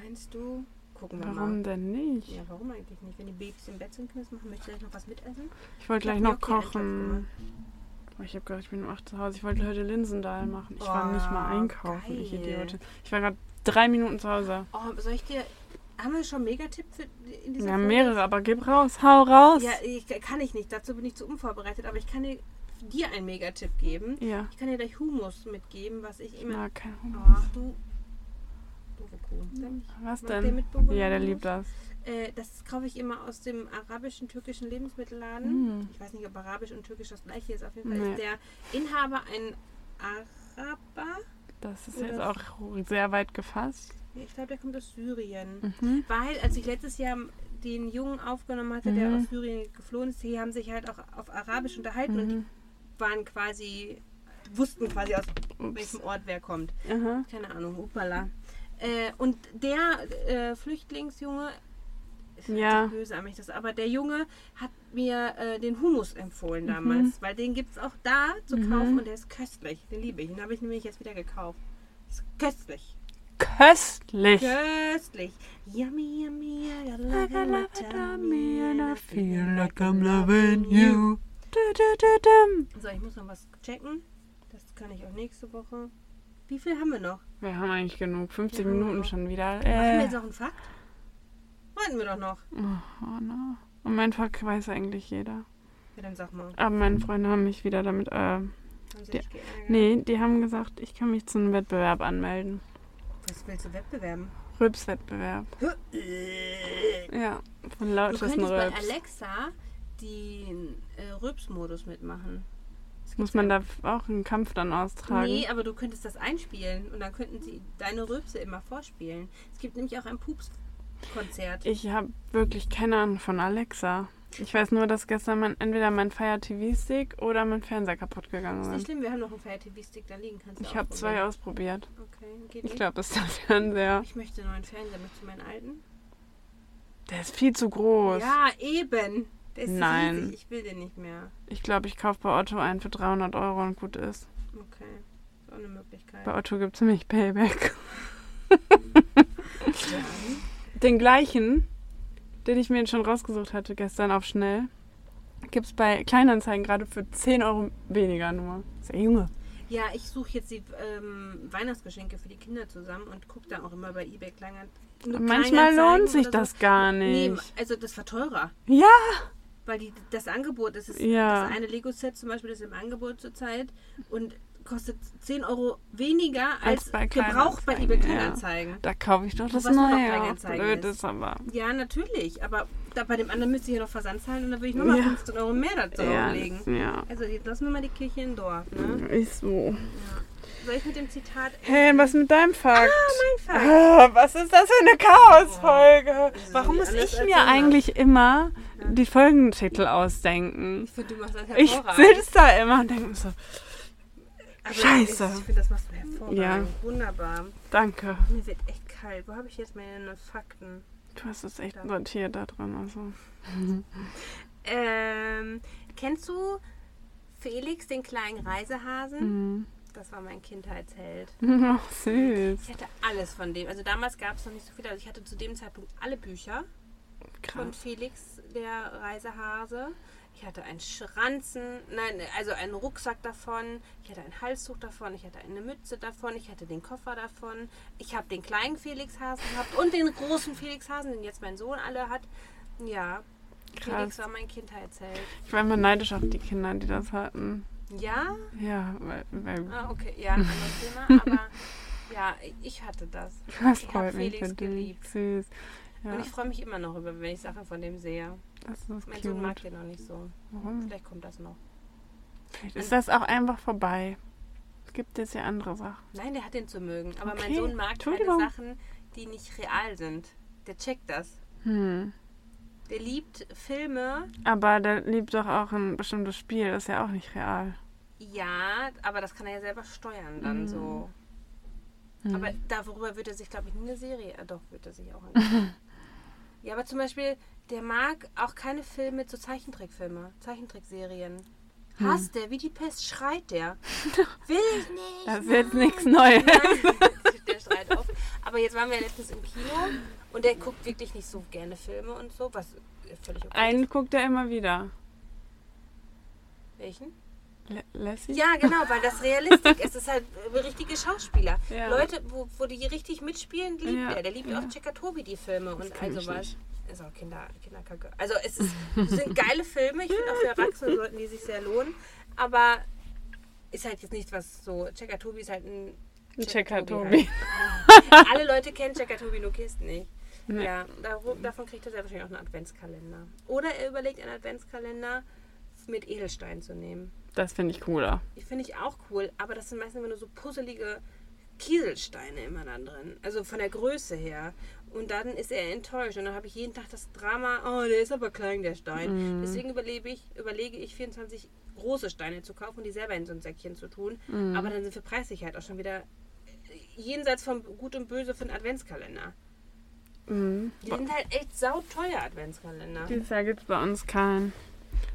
Speaker 3: Meinst du? Gucken wir
Speaker 4: Warum
Speaker 3: mal.
Speaker 4: denn nicht?
Speaker 3: Ja, warum eigentlich nicht? Wenn die Babys im Bett sind, können wir das machen. Möchtest du gleich noch was mitessen?
Speaker 4: Ich wollte gleich
Speaker 3: Ich hab
Speaker 4: noch
Speaker 3: mir auch hier einen
Speaker 4: kochen. Oh, ich habe gedacht, ich bin um 8 zu Hause. Ich wollte heute Linsendahl machen. Ich war nicht mal
Speaker 3: Oh,
Speaker 4: einkaufen, ich
Speaker 3: geil.
Speaker 4: Idiotin. Ich war gerade drei Minuten zu Hause.
Speaker 3: Oh, soll ich dir. Haben wir schon Megatipp für in dieser
Speaker 4: Wir
Speaker 3: Folge?
Speaker 4: haben mehrere, aber gib raus, hau raus.
Speaker 3: Ja, ich, kann ich nicht. Dazu bin ich zu unvorbereitet. Aber ich kann dir, dir einen Megatipp geben.
Speaker 4: Ja.
Speaker 3: Ich kann dir gleich Humus mitgeben, was ich
Speaker 4: Ich
Speaker 3: immer.
Speaker 4: mag keinen Hunger.
Speaker 3: Ach du. Doofe Kuh.
Speaker 4: Was
Speaker 3: Mag der
Speaker 4: denn?
Speaker 3: Mitbewohner
Speaker 4: Ja, der
Speaker 3: Hummus?
Speaker 4: liebt das.
Speaker 3: Äh, das kaufe ich immer aus dem arabischen, türkischen Lebensmittelladen.
Speaker 4: Hm.
Speaker 3: Ich weiß nicht, ob arabisch und türkisch das gleiche ist. Auf jeden Fall
Speaker 4: Nee.
Speaker 3: ist der Inhaber ein Araber.
Speaker 4: Das ist
Speaker 3: Oder-
Speaker 4: jetzt auch sehr weit gefasst.
Speaker 3: Ja, Ich glaube, der kommt aus Syrien.
Speaker 4: Mhm.
Speaker 3: Weil, als ich letztes Jahr den Jungen aufgenommen hatte, der
Speaker 4: Mhm.
Speaker 3: aus Syrien geflohen ist, die haben sich halt auch auf Arabisch unterhalten und
Speaker 4: Mhm.
Speaker 3: die waren quasi, wussten quasi aus
Speaker 4: Ups.
Speaker 3: welchem Ort wer kommt.
Speaker 4: Aha.
Speaker 3: keine Ahnung, Upala. Äh, und der äh, Flüchtlingsjunge ist hört
Speaker 4: Ja.
Speaker 3: sich böse an mich das. Aber der Junge hat mir äh, den Humus
Speaker 4: Mhm.
Speaker 3: empfohlen damals, weil den gibt es auch da zu kaufen und der ist köstlich. Den liebe ich. Den habe ich nämlich jetzt wieder gekauft. Ist köstlich.
Speaker 4: Köstlich.
Speaker 3: Köstlich. Yummy, yummy, I got
Speaker 4: Like
Speaker 3: love
Speaker 4: I
Speaker 3: in my
Speaker 4: love it, love me,
Speaker 3: tummy
Speaker 4: and I feel like I'm
Speaker 3: loving
Speaker 4: loving you. Du, du, du, dum.
Speaker 3: So, ich muss noch was checken. Das kann ich auch nächste Woche. Wie viel haben wir noch?
Speaker 4: Wir haben eigentlich genug. 50
Speaker 3: Ja.
Speaker 4: Minuten schon wieder.
Speaker 3: Machen wir jetzt
Speaker 4: Äh.
Speaker 3: noch einen Fakt? Wollten wir doch noch.
Speaker 4: Oh, no. Und mein Fuck weiß eigentlich jeder.
Speaker 3: Ja, dann sag mal.
Speaker 4: Aber meine Freunde haben mich wieder damit. Äh,
Speaker 3: Haben sie
Speaker 4: Ja.
Speaker 3: dich geärgert?
Speaker 4: nee, die haben gesagt, ich kann mich zu einem Wettbewerb anmelden.
Speaker 3: Was willst du wettbewerben?
Speaker 4: Rübswettbewerb.
Speaker 3: Du
Speaker 4: Ja, von lautesten
Speaker 3: könntest bei
Speaker 4: Rübs.
Speaker 3: Alexa den äh, Rübs-Modus mitmachen.
Speaker 4: Muss man da auch einen Kampf dann austragen?
Speaker 3: Nee, aber du könntest das einspielen und dann könnten sie deine Rübse immer vorspielen. Es gibt nämlich auch ein Pups-Konzert.
Speaker 4: Ich habe wirklich keine Ahnung von Alexa. Ich weiß nur, dass gestern mein, entweder mein Fire TV Stick oder mein Fernseher kaputt gegangen
Speaker 3: Ist nicht
Speaker 4: sind.
Speaker 3: schlimm, wir haben noch einen Fire TV-Stick da liegen. Kannst du
Speaker 4: Ich habe zwei
Speaker 3: ausprobieren.
Speaker 4: ausprobiert.
Speaker 3: Okay, geht
Speaker 4: Ich
Speaker 3: nicht.
Speaker 4: glaube, das ist der Fernseher.
Speaker 3: Ich möchte einen neuen Fernseher, möchtest du meinen alten?
Speaker 4: Der ist viel zu groß.
Speaker 3: Ja, eben. Der ist
Speaker 4: Nein.
Speaker 3: riesig. Ich will den nicht mehr.
Speaker 4: Ich glaube, ich kaufe bei Otto einen für 300 Euro und gut ist.
Speaker 3: Okay. Ist auch eine Möglichkeit.
Speaker 4: Bei Otto gibt es nämlich Payback.
Speaker 3: Ja.
Speaker 4: Den gleichen, den ich mir schon rausgesucht hatte gestern auf schnell, gibt es bei Kleinanzeigen gerade für 10 Euro weniger nur. Ist ja Junge.
Speaker 3: Ja, ich suche jetzt die ähm, Weihnachtsgeschenke für die Kinder zusammen und gucke da auch immer bei eBay Kleinanzeigen.
Speaker 4: Manchmal lohnt sich
Speaker 3: oder
Speaker 4: das gar
Speaker 3: Nee,
Speaker 4: nicht.
Speaker 3: also das war teurer,
Speaker 4: Ja,
Speaker 3: weil die, das Angebot das ist,
Speaker 4: Ja.
Speaker 3: das eine Lego-Set zum Beispiel ist im Angebot zurzeit und kostet 10 Euro weniger
Speaker 4: Als
Speaker 3: als,
Speaker 4: bei
Speaker 3: gebraucht bei
Speaker 4: Kleinanzeigen,
Speaker 3: eBay
Speaker 4: ja.
Speaker 3: Kleinanzeigen.
Speaker 4: da kaufe ich doch das
Speaker 3: was nur noch
Speaker 4: Neue. auch
Speaker 3: Kleinanzeigen
Speaker 4: Blöd
Speaker 3: ist.
Speaker 4: ist aber.
Speaker 3: Ja. natürlich, aber da, bei dem anderen müsste ich ja noch Versand zahlen und dann würde ich nochmal
Speaker 4: Ja.
Speaker 3: 15 Euro mehr dazu
Speaker 4: Ja, Mhm.
Speaker 3: legen.
Speaker 4: ja.
Speaker 3: Also jetzt lassen wir mal die Kirche im Dorf, ne?
Speaker 4: Ist so.
Speaker 3: Soll ich mit dem Zitat...
Speaker 4: Hey, was mit deinem Fakt?
Speaker 3: Ah, mein Fakt.
Speaker 4: Ah, was ist das für eine Chaos-Folge? Warum muss
Speaker 3: alles
Speaker 4: ich
Speaker 3: als
Speaker 4: mir
Speaker 3: Sender.
Speaker 4: eigentlich immer die Folgentitel ausdenken?
Speaker 3: Ich finde, du machst das
Speaker 4: Ich
Speaker 3: hervorragend.
Speaker 4: sitze da immer und denke mir so,
Speaker 3: Aber
Speaker 4: Scheiße.
Speaker 3: Ich, ich finde, das machst du hervorragend.
Speaker 4: Ja.
Speaker 3: Wunderbar.
Speaker 4: danke.
Speaker 3: Mir wird echt kalt. Wo habe ich jetzt meine Fakten?
Speaker 4: Du hast es echt sortiert da drin. Also.
Speaker 3: Ähm, kennst du Felix, den kleinen Reisehasen?
Speaker 4: Mhm.
Speaker 3: Das war mein Kindheitsheld.
Speaker 4: Ach, Oh, süß.
Speaker 3: Ich hatte alles von dem. Also damals gab es noch nicht so viel. Also ich hatte zu dem Zeitpunkt alle Bücher von
Speaker 4: Krass.
Speaker 3: Felix, der Reisehase. Ich hatte einen Schranzen, nein, also einen Rucksack davon. Ich hatte ein Halstuch davon. Ich hatte eine Mütze davon. Ich hatte den Koffer davon. Ich habe den kleinen Felixhasen gehabt und den großen Felixhasen, den jetzt mein Sohn alle hat. Ja, Felix
Speaker 4: Krass.
Speaker 3: war mein Kindheitsheld.
Speaker 4: Ich war immer neidisch auf die Kinder, die das hatten.
Speaker 3: Ja,
Speaker 4: Ja, weil, weil
Speaker 3: ah, okay, ja, ein anderes Thema, aber ja, ich hatte das.
Speaker 4: das
Speaker 3: Ah, Ich hab
Speaker 4: freut mich
Speaker 3: Felix
Speaker 4: für dich.
Speaker 3: geliebt.
Speaker 4: Süß. Ja,
Speaker 3: Und ich freue mich immer noch über, wenn ich Sachen von dem sehe.
Speaker 4: das ist
Speaker 3: Mein Sohn mag
Speaker 4: cute. Mhm.
Speaker 3: den noch nicht so.
Speaker 4: Warum?
Speaker 3: Vielleicht kommt das noch.
Speaker 4: Vielleicht ist das auch einfach vorbei. Es gibt jetzt ja andere Sachen.
Speaker 3: Nein, der hat den zu mögen. Aber mein
Speaker 4: Okay,
Speaker 3: Sohn mag keine
Speaker 4: Entschuldigung.
Speaker 3: Sachen, die nicht real sind. Der checkt das.
Speaker 4: Hm.
Speaker 3: Der liebt Filme,
Speaker 4: Aber der liebt doch auch ein bestimmtes Spiel, das ist ja auch nicht real.
Speaker 3: ja, aber das kann er ja selber steuern dann so.
Speaker 4: Mhm.
Speaker 3: Aber darüber wird er sich, glaube ich, nie eine Serie. Äh, doch, wird er sich auch angucken. ja, aber zum Beispiel, der mag auch keine Filme zu so Zeichentrickfilme, Zeichentrickserien. Hasst der, wie die Pest schreit der. Will ich nicht.
Speaker 4: Das ist jetzt nichts Neues.
Speaker 3: der schreit auf. Aber jetzt waren wir letztens im Kino und der guckt wirklich nicht so gerne Filme und so, was völlig okay
Speaker 4: Einen
Speaker 3: ist.
Speaker 4: guckt er immer wieder.
Speaker 3: Welchen?
Speaker 4: L Lassie?
Speaker 3: Ja, genau, weil das Realistik ist. Es ist halt äh, richtige Schauspieler.
Speaker 4: Ja.
Speaker 3: Leute, wo, wo die richtig mitspielen, liebt
Speaker 4: Ja,
Speaker 3: er. Der liebt
Speaker 4: ja.
Speaker 3: auch Checker Tobi die Filme und all
Speaker 4: kenn ich
Speaker 3: sowas.
Speaker 4: nicht.
Speaker 3: Ist auch Kinder, Kinderkacke. Also es ist, es sind geile Filme. Ich finde auch für Erwachsene sollten die sich sehr lohnen. Aber ist halt jetzt nichts, was so. Checker Tobi ist halt ein.
Speaker 4: Ein Checker
Speaker 3: Halt.
Speaker 4: Tobi.
Speaker 3: Alle Leute kennen Checker Tobi, nur Kist nicht.
Speaker 4: Nee.
Speaker 3: Ja, daru- davon kriegt er sehr wahrscheinlich auch einen Adventskalender. Oder er überlegt, einen Adventskalender mit Edelstein zu nehmen.
Speaker 4: Das finde ich cooler.
Speaker 3: Die finde ich auch cool, aber das sind meistens immer nur so puzzelige Kieselsteine immer dann drin. Also von der Größe her. Und dann ist er enttäuscht. Und dann habe ich jeden Tag das Drama, oh, der ist aber klein, der
Speaker 4: Mhm.
Speaker 3: Stein. Deswegen überlebe ich, überlege ich, 24 große Steine zu kaufen und die selber in so ein Säckchen zu tun.
Speaker 4: Mhm.
Speaker 3: Aber dann sind wir preislich halt auch schon wieder jenseits von Gut und Böse für einen Adventskalender.
Speaker 4: Mhm.
Speaker 3: Die sind halt echt sauteuer Adventskalender.
Speaker 4: Dieses Jahr gibt es bei uns keinen.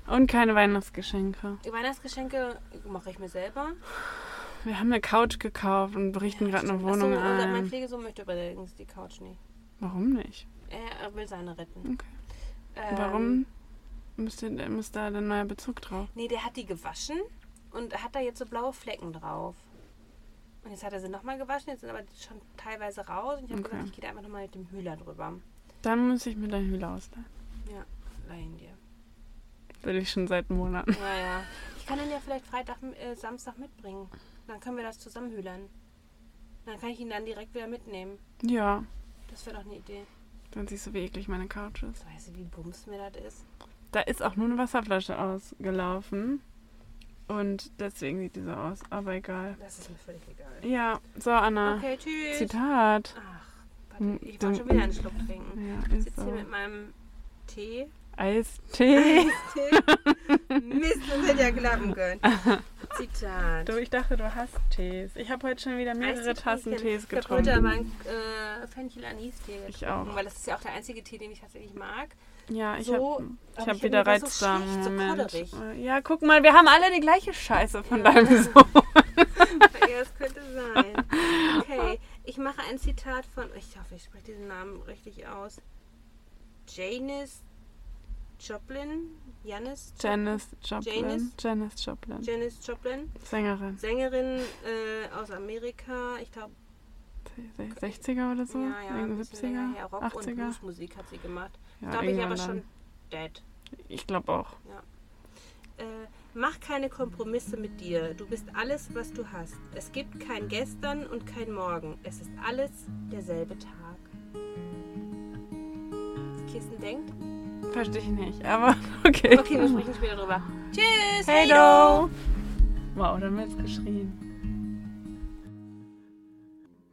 Speaker 4: Und keine Weihnachtsgeschenke.
Speaker 3: Die Weihnachtsgeschenke mache ich mir selber.
Speaker 4: Wir haben eine Couch gekauft und berichten gerade eine
Speaker 3: Stimmt. Achso,
Speaker 4: Wohnung
Speaker 3: unser- Mein
Speaker 4: ein.
Speaker 3: Pflegesohn möchte übrigens die Couch nie.
Speaker 4: Warum nicht?
Speaker 3: Er will seine retten.
Speaker 4: Okay.
Speaker 3: Ähm,
Speaker 4: Warum muss, denn- muss da dann neuer Bezug drauf?
Speaker 3: Nee, der hat die gewaschen und hat da jetzt so blaue Flecken drauf. Und jetzt hat er sie nochmal gewaschen, jetzt sind aber die schon teilweise raus. Und ich habe
Speaker 4: Okay.
Speaker 3: gesagt, ich gehe da einfach nochmal mit dem Hühler drüber.
Speaker 4: Dann muss ich mir deinen Hühler ausleihen.
Speaker 3: Leihen dir.
Speaker 4: Will ich schon seit Monaten.
Speaker 3: Ja, ja. Ich kann ihn ja vielleicht Freitag, äh, Samstag mitbringen. Dann können wir das zusammen hühlern. Dann kann ich ihn dann direkt wieder mitnehmen.
Speaker 4: Ja,
Speaker 3: Das wäre doch eine Idee.
Speaker 4: dann siehst du, wie eklig meine Couch ist.
Speaker 3: Weißt du, wie bums mir das ist?
Speaker 4: Da ist auch nur eine Wasserflasche ausgelaufen. Und deswegen sieht die so aus. Aber egal.
Speaker 3: Das ist mir völlig egal.
Speaker 4: Ja, so Anna.
Speaker 3: Okay, tschüss.
Speaker 4: Zitat.
Speaker 3: Ach,
Speaker 4: Hm,
Speaker 3: warte, ich wollte schon
Speaker 4: du-
Speaker 3: wieder einen Schluck trinken.
Speaker 4: Ja,
Speaker 3: Ich
Speaker 4: ist
Speaker 3: sitze hier
Speaker 4: so.
Speaker 3: mit meinem Tee.
Speaker 4: Eistee.
Speaker 3: Mist, das hätte ja klappen können. Zitat.
Speaker 4: Du, ich dachte, du hast Tees. Ich habe heute schon wieder mehrere Tassen Tees
Speaker 3: Ich habe heute aber
Speaker 4: getrunken.
Speaker 3: einen äh, Fenchel Anis-Tee getrunken.
Speaker 4: Ich auch.
Speaker 3: Weil das ist ja auch der einzige Tee, den ich tatsächlich mag.
Speaker 4: Ja, ich
Speaker 3: so-
Speaker 4: habe
Speaker 3: aber
Speaker 4: ich hab
Speaker 3: ich
Speaker 4: wieder
Speaker 3: hab mir das so
Speaker 4: Reizdarm.
Speaker 3: schlecht, so
Speaker 4: Moment.
Speaker 3: kodderig.
Speaker 4: Äh, ja, guck mal, wir haben alle die gleiche Scheiße von
Speaker 3: Ja.
Speaker 4: deinem Sohn.
Speaker 3: ja, das könnte sein. Okay, ich mache ein Zitat von, ich hoffe, ich spreche diesen Namen richtig aus. Janis Joplin? Janis?
Speaker 4: Janis Joplin.
Speaker 3: Janis?
Speaker 4: Janis Joplin.
Speaker 3: Janis Joplin,
Speaker 4: Sängerin.
Speaker 3: Sängerin äh, aus Amerika, ich glaube,
Speaker 4: 60er oder so?
Speaker 3: ja, ja, ein bisschen länger
Speaker 4: 70er?
Speaker 3: her. Rock und
Speaker 4: 80er?
Speaker 3: Bluesmusik hat sie gemacht.
Speaker 4: Ja,
Speaker 3: da bin ich aber
Speaker 4: irgendwann
Speaker 3: schon dead.
Speaker 4: dann. Ich glaube auch.
Speaker 3: Äh, mach keine Kompromisse mit dir. Du bist alles, was du hast. Es gibt kein Gestern und kein Morgen. Es ist alles derselbe Tag. Kirsten denkt.
Speaker 4: Verstehe ich nicht, aber okay.
Speaker 3: Okay, wir sprechen später drüber. Tschüss!
Speaker 4: Hey, do! Wow, dann wird's geschrien.